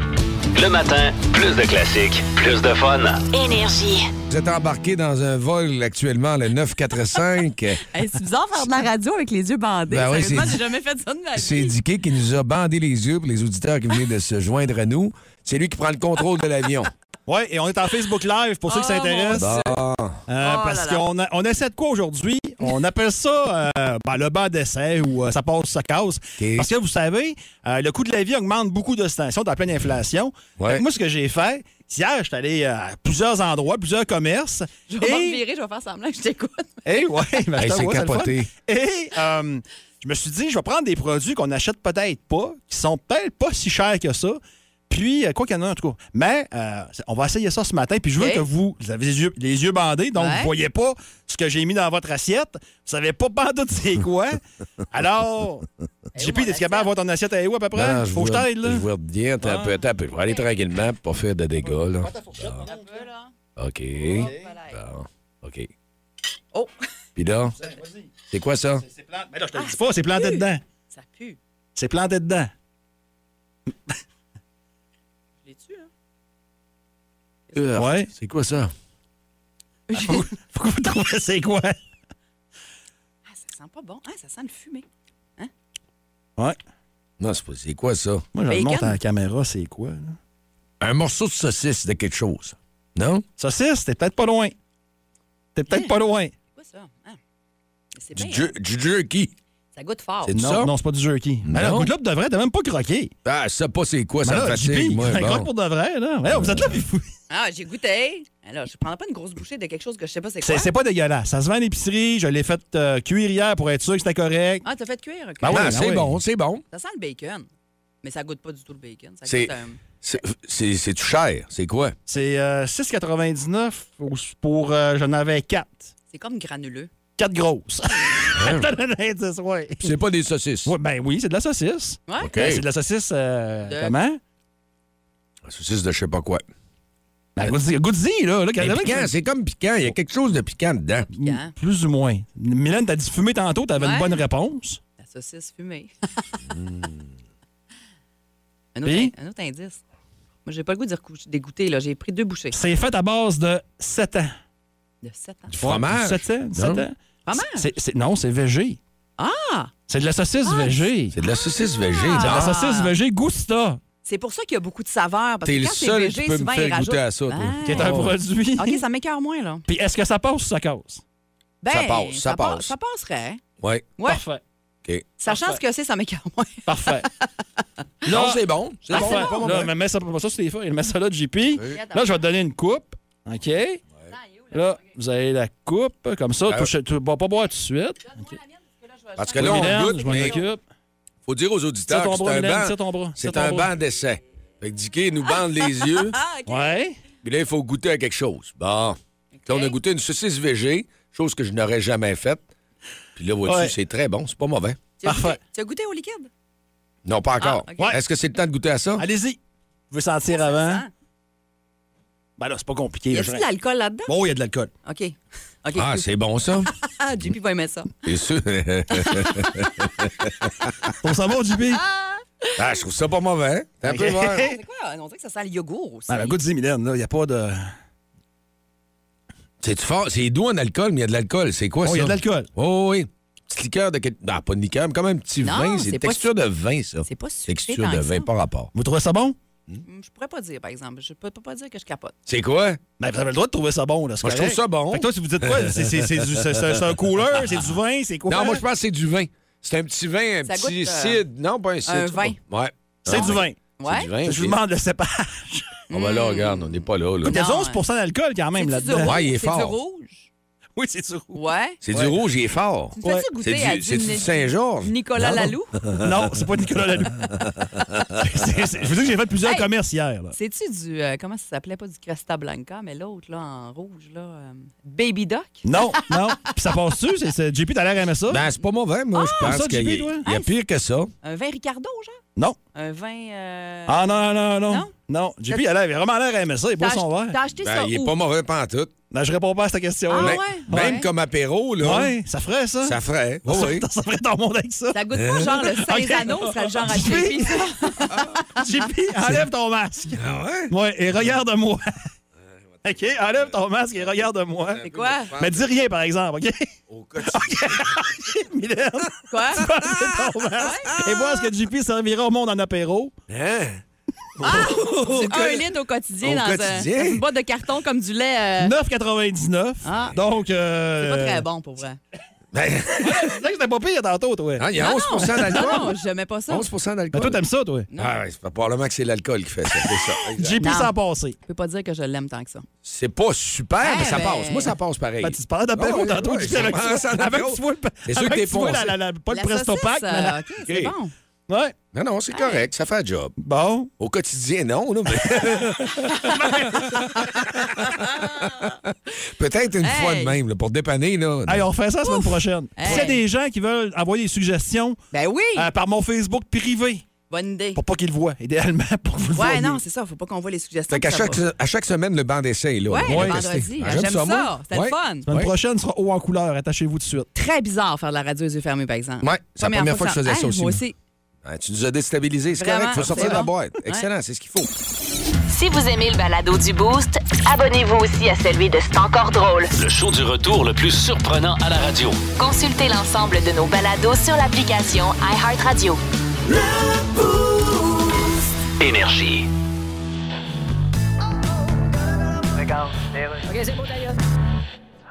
S2: Le matin, plus de classiques, plus de fun.
S1: Énergie.
S3: Vous êtes embarqué dans un vol actuellement, le 945.
S4: Hey, c'est bizarre de faire de la radio avec les yeux bandés.
S3: Ben oui,
S4: Sérieusement,
S3: c'est-
S4: j'ai jamais fait ça de ma vie.
S3: C'est Dicky qui nous a bandé les yeux pour les auditeurs qui venaient de se joindre à nous. C'est lui qui prend le contrôle
S5: (laughs)
S3: de l'avion.
S5: Ouais, et on est en Facebook Live pour ceux qui
S3: Oh,
S5: s'intéressent.
S3: mon Dieu.
S5: Euh,
S3: Oh
S5: parce
S3: là là.
S5: qu'on a- on essaie de quoi aujourd'hui? On appelle ça euh, ben, le banc d'essai ou euh, ça passe, ça casse. Parce que vous savez, euh, le coût de la vie augmente beaucoup de stations dans la pleine inflation. Fait que Moi, ce que j'ai fait, hier, je suis allé euh, à plusieurs endroits, plusieurs commerces.
S4: Je vais me
S5: et
S4: virer, je vais faire semblant que je t'écoute.
S5: Eh ouais, (laughs) ben,
S3: Hey,
S5: je te
S3: c'est
S5: vois, le fun.
S3: capoté.
S5: Et euh, je me suis dit, je vais prendre des produits qu'on n'achète peut-être pas, qui sont peut-être pas si chers que ça. Puis, euh, quoi qu'il y en a en tout cas. Mais euh, on va essayer ça ce matin. Puis je veux
S12: Ok.
S5: que vous, vous avez les yeux, les yeux bandés, donc
S12: Ouais.
S5: vous ne voyez pas ce que j'ai mis dans votre assiette. Vous savez pas pantoute c'est quoi. Alors, JP, t'es capable de voir ton Eh assiette eh à où à peu près?
S3: Non,
S5: Faut que je
S3: vois-
S5: t'aide, là. Ah.
S3: Je vois bien, t'as un peu, t'as un peu. Je vais aller tranquillement pour pas faire de dégâts, là. Bon. OK. Bon. OK.
S4: Oh!
S3: Puis là, c'est quoi ça?
S5: Mais là, je te le dis pas, Ah, c'est planté dedans.
S4: Ça pue.
S5: C'est planté dedans. (laughs)
S4: Je hein. l'ai-tu, là?
S3: Euh, C'est quoi ça?
S5: Pourquoi vous trouvez c'est (laughs) quoi?
S4: Ah, ça sent pas bon. Ah, ça sent le fumée.
S5: Ouais.
S3: Non, c'est pas- c'est quoi ça?
S5: Moi, je le montre à la caméra, c'est quoi?
S3: Un morceau de saucisse de quelque chose. Non?
S5: Saucisse, t'es peut-être pas loin. T'es
S3: Hein?
S5: peut-être pas loin.
S4: Quoi, ça? Ah. C'est
S3: Du,
S4: bien.
S3: ju- du jerky.
S4: hein? Ça goûte fort.
S3: C'est
S5: non,
S3: ça?
S5: non, c'est pas du jerky. Mais là,
S3: Non?
S5: goûte là pour de vrai, t'as même pas croqué.
S3: Ah, je sais pas c'est quoi,
S5: Mais
S3: ça
S5: Ben là,
S3: me
S5: JP,
S3: fatigue,
S5: il (laughs)
S3: moi.
S5: croque
S3: bon.
S5: pour Ben de vrai, là. Ouais, vous êtes là, puis
S3: (laughs)
S5: vous-
S4: Ah, j'ai goûté. Alors, je prendrai pas une grosse bouchée de quelque chose que je sais pas c'est quoi.
S5: c'est c'est pas dégueulasse. Ça se vend à l'épicerie. Je l'ai fait euh, cuire hier pour être sûr que c'était correct.
S4: Ah, t'as fait cuire. ok.
S5: Ben ouais, ben ouais.
S3: bon.
S4: Ça sent le bacon. Mais ça goûte pas du tout le bacon. Ça
S3: hein. C'est-
S4: goûte euh, un-
S3: C'est c'est- c'est-tu cher? C'est quoi?
S5: C'est euh, 6,99 pour, pour, euh, j'en avais 4.
S4: C'est comme granuleux.
S5: 4
S3: (laughs)
S5: grosses.
S3: Hein?
S5: T'as donné un indice, ouais.
S3: Puis C'est pas des saucisses.
S5: Ouais, ben oui, c'est de la saucisse.
S4: Ouais. OK.
S5: Ben, C'est de la saucisse. euh,
S4: De-
S5: Comment?
S3: Saucisses de je sais pas quoi.
S5: Ben, goûte-y, goûte-y, là. là, quand-
S3: Mais
S5: là,
S3: piquant,
S5: tu-
S3: c'est comme piquant.
S5: Oh.
S3: Il y a quelque chose de piquant dedans.
S4: Piquant.
S5: Plus ou moins. Mylène, t'as dit fumer tantôt, t'avais
S4: Ouais.
S5: une bonne réponse.
S4: La saucisse fumée. (laughs) un, autre,
S5: Hmm. Puis?
S4: un autre indice. Moi, j'ai pas le goût de dire cou- dégoûter. là. J'ai pris deux bouchées.
S5: C'est fait à base de 7 ans.
S4: De 7 ans.
S5: Du
S3: fromage?
S5: 7 ans, 7
S3: Non.
S5: ans.
S4: Fromage?
S5: C'est- c'est- non, c'est végé.
S4: Ah!
S5: C'est de la saucisse végé.
S3: C'est de la saucisse végé.
S5: C'est de la
S3: Ah.
S5: saucisse végé Gusta.
S4: C'est pour ça qu'il y a beaucoup de saveurs. Parce
S5: T'es
S4: que
S5: le
S4: quand c'est
S5: seul
S4: végé,
S5: qui peut me
S4: souvent,
S5: faire
S4: ils rajoutent-
S5: goûter à ça, toi.
S4: Ah.
S5: Qui est un produit.
S4: (laughs) OK, ça m'écœure moins, là.
S5: (laughs) Puis est-ce que ça passe ou ça casse?
S4: Ben,
S5: Ça passe, ça
S4: pa-
S5: passe.
S4: Ça passerait.
S3: Oui.
S4: Ouais.
S5: Parfait.
S3: OK.
S4: Sachant ce que c'est, ça m'écœure moins.
S5: Parfait.
S3: (laughs) Non, c'est bon. C'est
S5: Là,
S3: bon.
S5: Là,
S3: Pas mauvais.
S5: mais mets ça, pas ça sur les feuilles. Mets ça là, JP. Là, je vais te donner une coupe. OK? Là, vous avez la coupe, comme ça.
S3: Ah.
S5: touchez- Tu ne vas pas boire tout de suite.
S3: Parce que là,
S5: Mylène,
S3: on goûte,
S5: je m'en
S3: mais-
S5: occupe.
S3: Faut dire aux auditeurs
S5: Tire
S3: que
S5: ton bras,
S3: c'est
S5: Mylène,
S3: un
S5: tire ton bras,
S3: banc.
S5: tire
S3: C'est
S5: ton
S3: un
S5: bras.
S3: banc d'essai. Fait que Dicky nous bande les yeux.
S5: Ouais.
S3: Puis là, il faut goûter à quelque chose. Bon. Là, on a goûté une saucisse végé, chose que je n'aurais jamais faite. Puis là, vois-tu,
S5: Ouais.
S3: c'est très bon. C'est pas mauvais.
S4: Tu as goûté- Tu as goûté au liquide?
S3: Non, pas encore.
S4: Ah, ok. Ah,
S5: Ouais.
S3: Est-ce que c'est le temps de goûter à ça?
S5: (laughs) Allez-y. Vous pouvez sentir avant. Ben là, c'est pas compliqué.
S4: Y
S5: là,
S4: a-tu
S5: je-
S4: de l'alcool là-dedans?
S5: Bon, il y a de l'alcool.
S4: OK. OK.
S3: Ah, c'est bon,
S4: (laughs)
S3: ça.
S4: Ah, JP va aimer ça.
S3: C'est sûr. (laughs)
S5: Ton savon,
S4: (laughs)
S5: JP?
S3: Ah, je trouve ça pas mauvais. T'es un peu
S5: Ok.
S3: vert.
S4: Ah, C'est quoi? On dirait que ça sent le yogourt aussi.
S5: Ben, le goût de Mylène, là, il n'y a pas de.
S3: C'est fort. C'est doux en alcool, mais il y a de l'alcool. C'est quoi
S5: Oh,
S3: ça?
S5: il y a de l'alcool.
S3: Oh, oui. Petite liqueur de. quel- Non, pas de liqueur, mais comme un petit
S4: Non,
S3: vin. C'est
S4: c'est pas
S3: texture de vin, ça.
S4: C'est pas sucré
S3: Texture
S4: tant
S3: de
S4: que ça.
S3: vin, par rapport.
S5: Vous trouvez ça bon?
S4: Hum, Je pourrais pas dire, par exemple. Je peux peux pas dire que je capote.
S3: C'est quoi?
S5: Ben, vous avez le droit de trouver ça bon. Là, c'est
S3: Moi, je
S5: correct.
S3: trouve ça bon.
S5: Fait que toi, si vous dites quoi, c'est, c'est, c'est, du- c'est- c'est- c'est un couleur, c'est du vin, c'est quoi?
S3: Non, moi, je pense que c'est du vin. C'est un petit vin, un
S4: Ça
S3: petit
S4: goûte, euh,
S3: cidre. Non, pas un cidre.
S4: vin.
S3: Ouais.
S5: C'est
S3: Non,
S5: du
S3: mais-
S5: vin.
S4: Ouais?
S3: C'est du vin.
S5: Je vous
S3: ok.
S5: demande le cépage.
S3: Ah, ben là, regarde, on n'est pas là. là.
S4: hein.
S5: Il y a 11 d'alcool quand même
S4: C'est-tu du
S5: là-dedans.
S4: rouge?
S3: Ouais, il est
S4: C'est du
S3: fort.
S4: rouge.
S5: Oui, c'est du rouge.
S4: Ouais.
S3: C'est du rouge, il est fort.
S4: Tu me fais-tu goûter
S3: C'est
S4: à
S3: du,
S4: du
S3: c'est du
S4: Ni-
S3: Saint-Georges.
S4: Nicolas
S3: Non.
S4: Laloux?
S5: (laughs) Non, c'est pas Nicolas Laloux. (laughs) C'est- c'est- je veux dire que j'ai fait plusieurs
S4: Hey!
S5: commerces hier. Là.
S4: C'est-tu du. euh, comment ça s'appelait? Pas du Cresta Blanca, mais l'autre, là, en rouge, là. euh, Baby Doc?
S5: Non, non. Puis ça passe-tu? C'est- c'est- JP, t'as l'air aimé ça?
S3: Ben, c'est pas mauvais, moi, je
S5: Ah,
S3: pense
S5: ça,
S3: qu'il
S5: JP,
S3: y,
S5: toi?
S3: il y a pire que ça.
S4: Un vin Ricardo, genre?
S5: Non.
S4: Un vin. euh,
S5: Ah non, non, non, non.
S4: Non?
S5: Non, JP, elle a l'air- il a vraiment l'air aimé ça. Il boit
S4: T'as
S5: son
S4: ach-
S5: verre.
S4: t'as acheté Ben, ça il est où? pas
S3: mauvais pas en tout.
S5: Ben, je réponds pas à cette
S4: Ah,
S5: question-là.
S4: ouais?
S3: Même comme apéro, là.
S5: Ouais, ça ferait ça.
S3: Ça ferait.
S5: Ça-
S3: oui.
S5: (laughs) Ça ferait ton monde avec ça.
S4: Ça goûte pas genre le Saint-Anneau, ce serait le genre à JP, ça.
S5: JP, (laughs) enlève ton
S3: (laughs)
S5: masque.
S3: Ah ouais?
S5: Ouais, et regarde-moi. (laughs)
S3: Euh,
S5: OK, enlève ton masque et regarde-moi.
S4: C'est quoi?
S5: Mais dis rien, par exemple, OK? (laughs) Au OK, Mylène.
S4: Quoi?
S5: Tu vas enlever
S4: (laughs)
S5: ton masque et voir ce que JP servira au monde en apéro.
S3: Hein?
S4: Ah!
S5: Au
S4: (laughs) C'est un
S5: co-
S4: litre au quotidien
S5: au
S4: dans un-
S5: quotidien?
S4: une boîte de carton comme du lait. euh,
S5: 9,99.
S4: Ah.
S5: Donc.
S4: C'est
S5: euh,
S4: pas très bon pour vrai.
S5: (laughs) C'est vrai que c'était pas pire tantôt, toi.
S3: Ah, Ben, il y a
S4: Non,
S3: 11 d'alcool.
S4: Non, non, j'aimais pas ça.
S3: 11 d'alcool.
S5: Mais toi, t'aimes ça, toi?
S3: Ah, ouais, c'est pas- probablement que c'est l'alcool qui fait ça. (laughs) C'est ça. Exact.
S5: JP
S4: Non.
S5: s'en passé.
S4: Je peux pas dire que je l'aime tant que ça.
S3: C'est pas super,
S4: Eh
S3: mais ça
S4: ben-
S3: passe. Moi, ça passe pareil.
S5: Ben, tu te parlais d'apéro
S3: Ah Ouais,
S5: tantôt,
S3: ouais,
S5: tu dis
S3: ça
S5: avec
S3: passe
S5: ça.
S3: en
S5: Avant
S3: apéro.
S5: que tu vois le.
S3: C'est sûr
S5: avant
S3: que t'es
S5: tu vois
S3: foncé.
S5: la- la- la- Pas le
S4: La
S5: presto pack,
S4: saucisse,
S5: mais la-
S4: euh, OK, c'est
S3: OK.
S4: bon.
S5: Ouais.
S3: Non, non, c'est correct. Ça fait un job.
S5: Bon.
S3: Au quotidien,
S4: (laughs)
S3: non, là, mais... Peut-être une fois de
S4: Hey.
S3: même, là, pour dépanner, là.
S5: Hey, on fait ça la semaine prochaine.
S4: Hey.
S5: S'il y a des gens qui veulent envoyer des suggestions
S4: Ben oui!
S5: euh, par mon Facebook privé,
S4: Bonne idée.
S5: pour pas qu'ils le voient, (laughs) idéalement, pour que vous le
S4: Ouais,
S5: voyez.
S4: non, c'est ça. Faut pas qu'on voit les suggestions.
S3: Fait qu'à
S4: ça
S3: chaque,
S4: va.
S3: à chaque semaine, le banc d'essai, là.
S4: Ouais,
S3: On va
S4: le
S3: tester.
S4: vendredi.
S3: Ah,
S4: J'aime ça.
S3: moi.
S4: C'était le
S3: Ouais.
S4: fun.
S5: La semaine
S3: Ouais.
S5: prochaine sera haut en couleur. Attachez-vous tout de suite.
S4: Très bizarre faire de la radio les yeux fermés, par exemple.
S3: Ouais, c'est la première fois que je faisais ça
S4: Hey,
S3: aussi,
S4: Moi
S3: moi.
S4: aussi.
S3: Ah, tu nous as déstabilisés. C'est
S4: Vraiment,
S3: correct. faut sortir
S4: c'est
S3: de la
S4: bon.
S3: boîte. Excellent. C'est ce qu'il faut.
S1: Si vous aimez le balado du Boost, abonnez-vous aussi à celui de C'est encore drôle.
S2: Le show du retour le plus surprenant à la radio.
S1: Consultez l'ensemble de nos balados sur l'application iHeartRadio.
S2: Énergie.
S9: OK, c'est bon, d'ailleurs.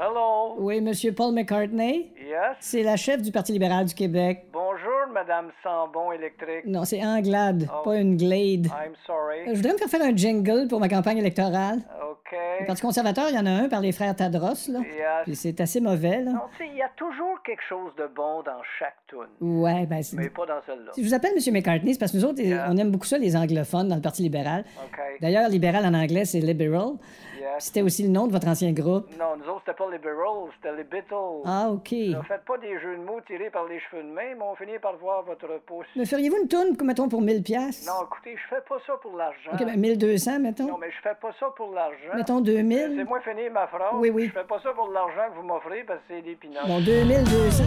S17: Hello.
S9: Oui, Monsieur Paul McCartney?
S17: Yes.
S9: C'est la chef du Parti libéral du Québec.
S17: Bonjour, Madame Sambon électrique.
S9: Non, c'est Anglade, pas une Glade.
S17: I'm sorry.
S9: Euh, Je voudrais me faire faire un jingle pour ma campagne électorale.
S17: OK.
S9: Le Parti conservateur, il y en a un par les frères Tadros, là.
S17: Yes.
S9: Puis c'est assez mauvais, là.
S17: Non, tu sais, il y a toujours quelque chose de bon dans chaque tune.
S9: Ouais, ben c'est...
S17: Mais pas dans celle-là.
S9: Si je vous appelle M. McCartney, c'est parce que nous autres, on aime beaucoup ça, les anglophones, dans le Parti libéral.
S17: OK.
S9: D'ailleurs, libéral en anglais, c'est liberal.
S17: Yes.
S9: C'était aussi le nom de votre ancien groupe.
S17: Non, nous autres, c'était pas les Beatles, c'était les Beatles.
S9: Ah, OK.
S17: Ne faites pas des jeux de mots tirés par les cheveux de main, mais on finit par voir votre pouce.
S9: Me feriez-vous une toune, mettons, pour 1000 pièces
S17: Non, écoutez, je fais pas ça pour l'argent.
S9: OK, ben 1200, mettons.
S17: Non, mais je fais pas ça pour l'argent.
S9: Mettons 2000.
S17: Laissez-moi finir ma phrase.
S9: Oui, oui.
S17: Je fais pas ça pour l'argent que vous m'offrez parce que c'est des pinottes.
S9: Bon, 2200.
S17: Ça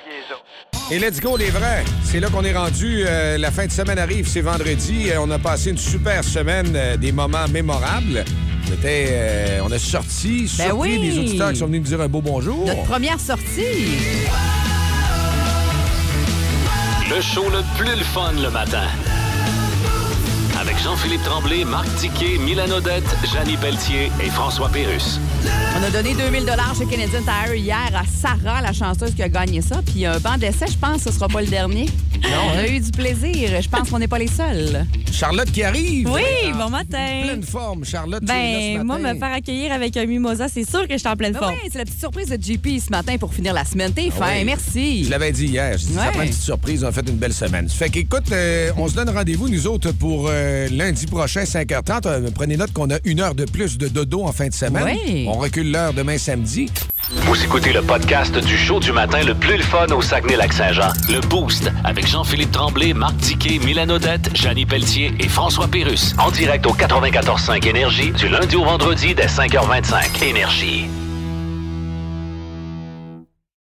S17: qui est ça.
S3: Et let's go, les vrais. C'est là qu'on est rendu. Euh, la fin de semaine arrive, c'est vendredi. Euh, on a passé une super semaine, euh, des moments mémorables. On, était, euh, on a sorti,
S4: Ben oui.
S3: surpris les auditeurs qui sont venus nous dire un beau bonjour.
S4: Notre première sortie.
S2: Le show le plus le fun le matin. Avec Jean-Philippe Tremblay, Marc Tiquet, Milan Odette, Janine Pelletier et François Pérus.
S4: On a donné 2000 chez Canadian Tire hier à Sarah, la chanteuse qui a gagné ça. Puis euh, un banc d'essai, je pense que ce sera pas le dernier.
S3: hein?
S4: On a eu du plaisir. Je pense qu'on n'est pas les seuls.
S3: Charlotte qui arrive.
S18: Oui,
S3: En
S18: bon matin.
S3: Pleine forme, Charlotte. tu es là ce
S18: Ben,
S3: matin.
S18: moi, me faire accueillir avec un mimosa, c'est sûr que je suis en pleine
S4: Ben
S18: forme.
S4: ouais, c'est la petite surprise de JP ce matin pour finir la semaine. T'es fin,
S3: Ah ouais.
S4: merci.
S3: Je l'avais dit hier, je dis, ça
S4: Ouais.
S3: prend une petite surprise, on a fait une belle semaine. Fait qu'écoute, euh, on se donne rendez-vous, nous autres, pour euh, lundi prochain, 5h30. Euh, prenez note qu'on a une heure de plus de dodo en fin de semaine.
S2: Ouais.
S3: On recule l'heure demain samedi.
S2: Vous écoutez le podcast du show du matin le plus le fun au Saguenay-Lac-Saint-Jean. Le Boost avec Jean-Philippe Tremblay, Marc Tiquet, Milan Odette, Janine Pelletier et François Pérus. En direct au 94.5 Énergie du lundi au vendredi dès 5h25. Énergie.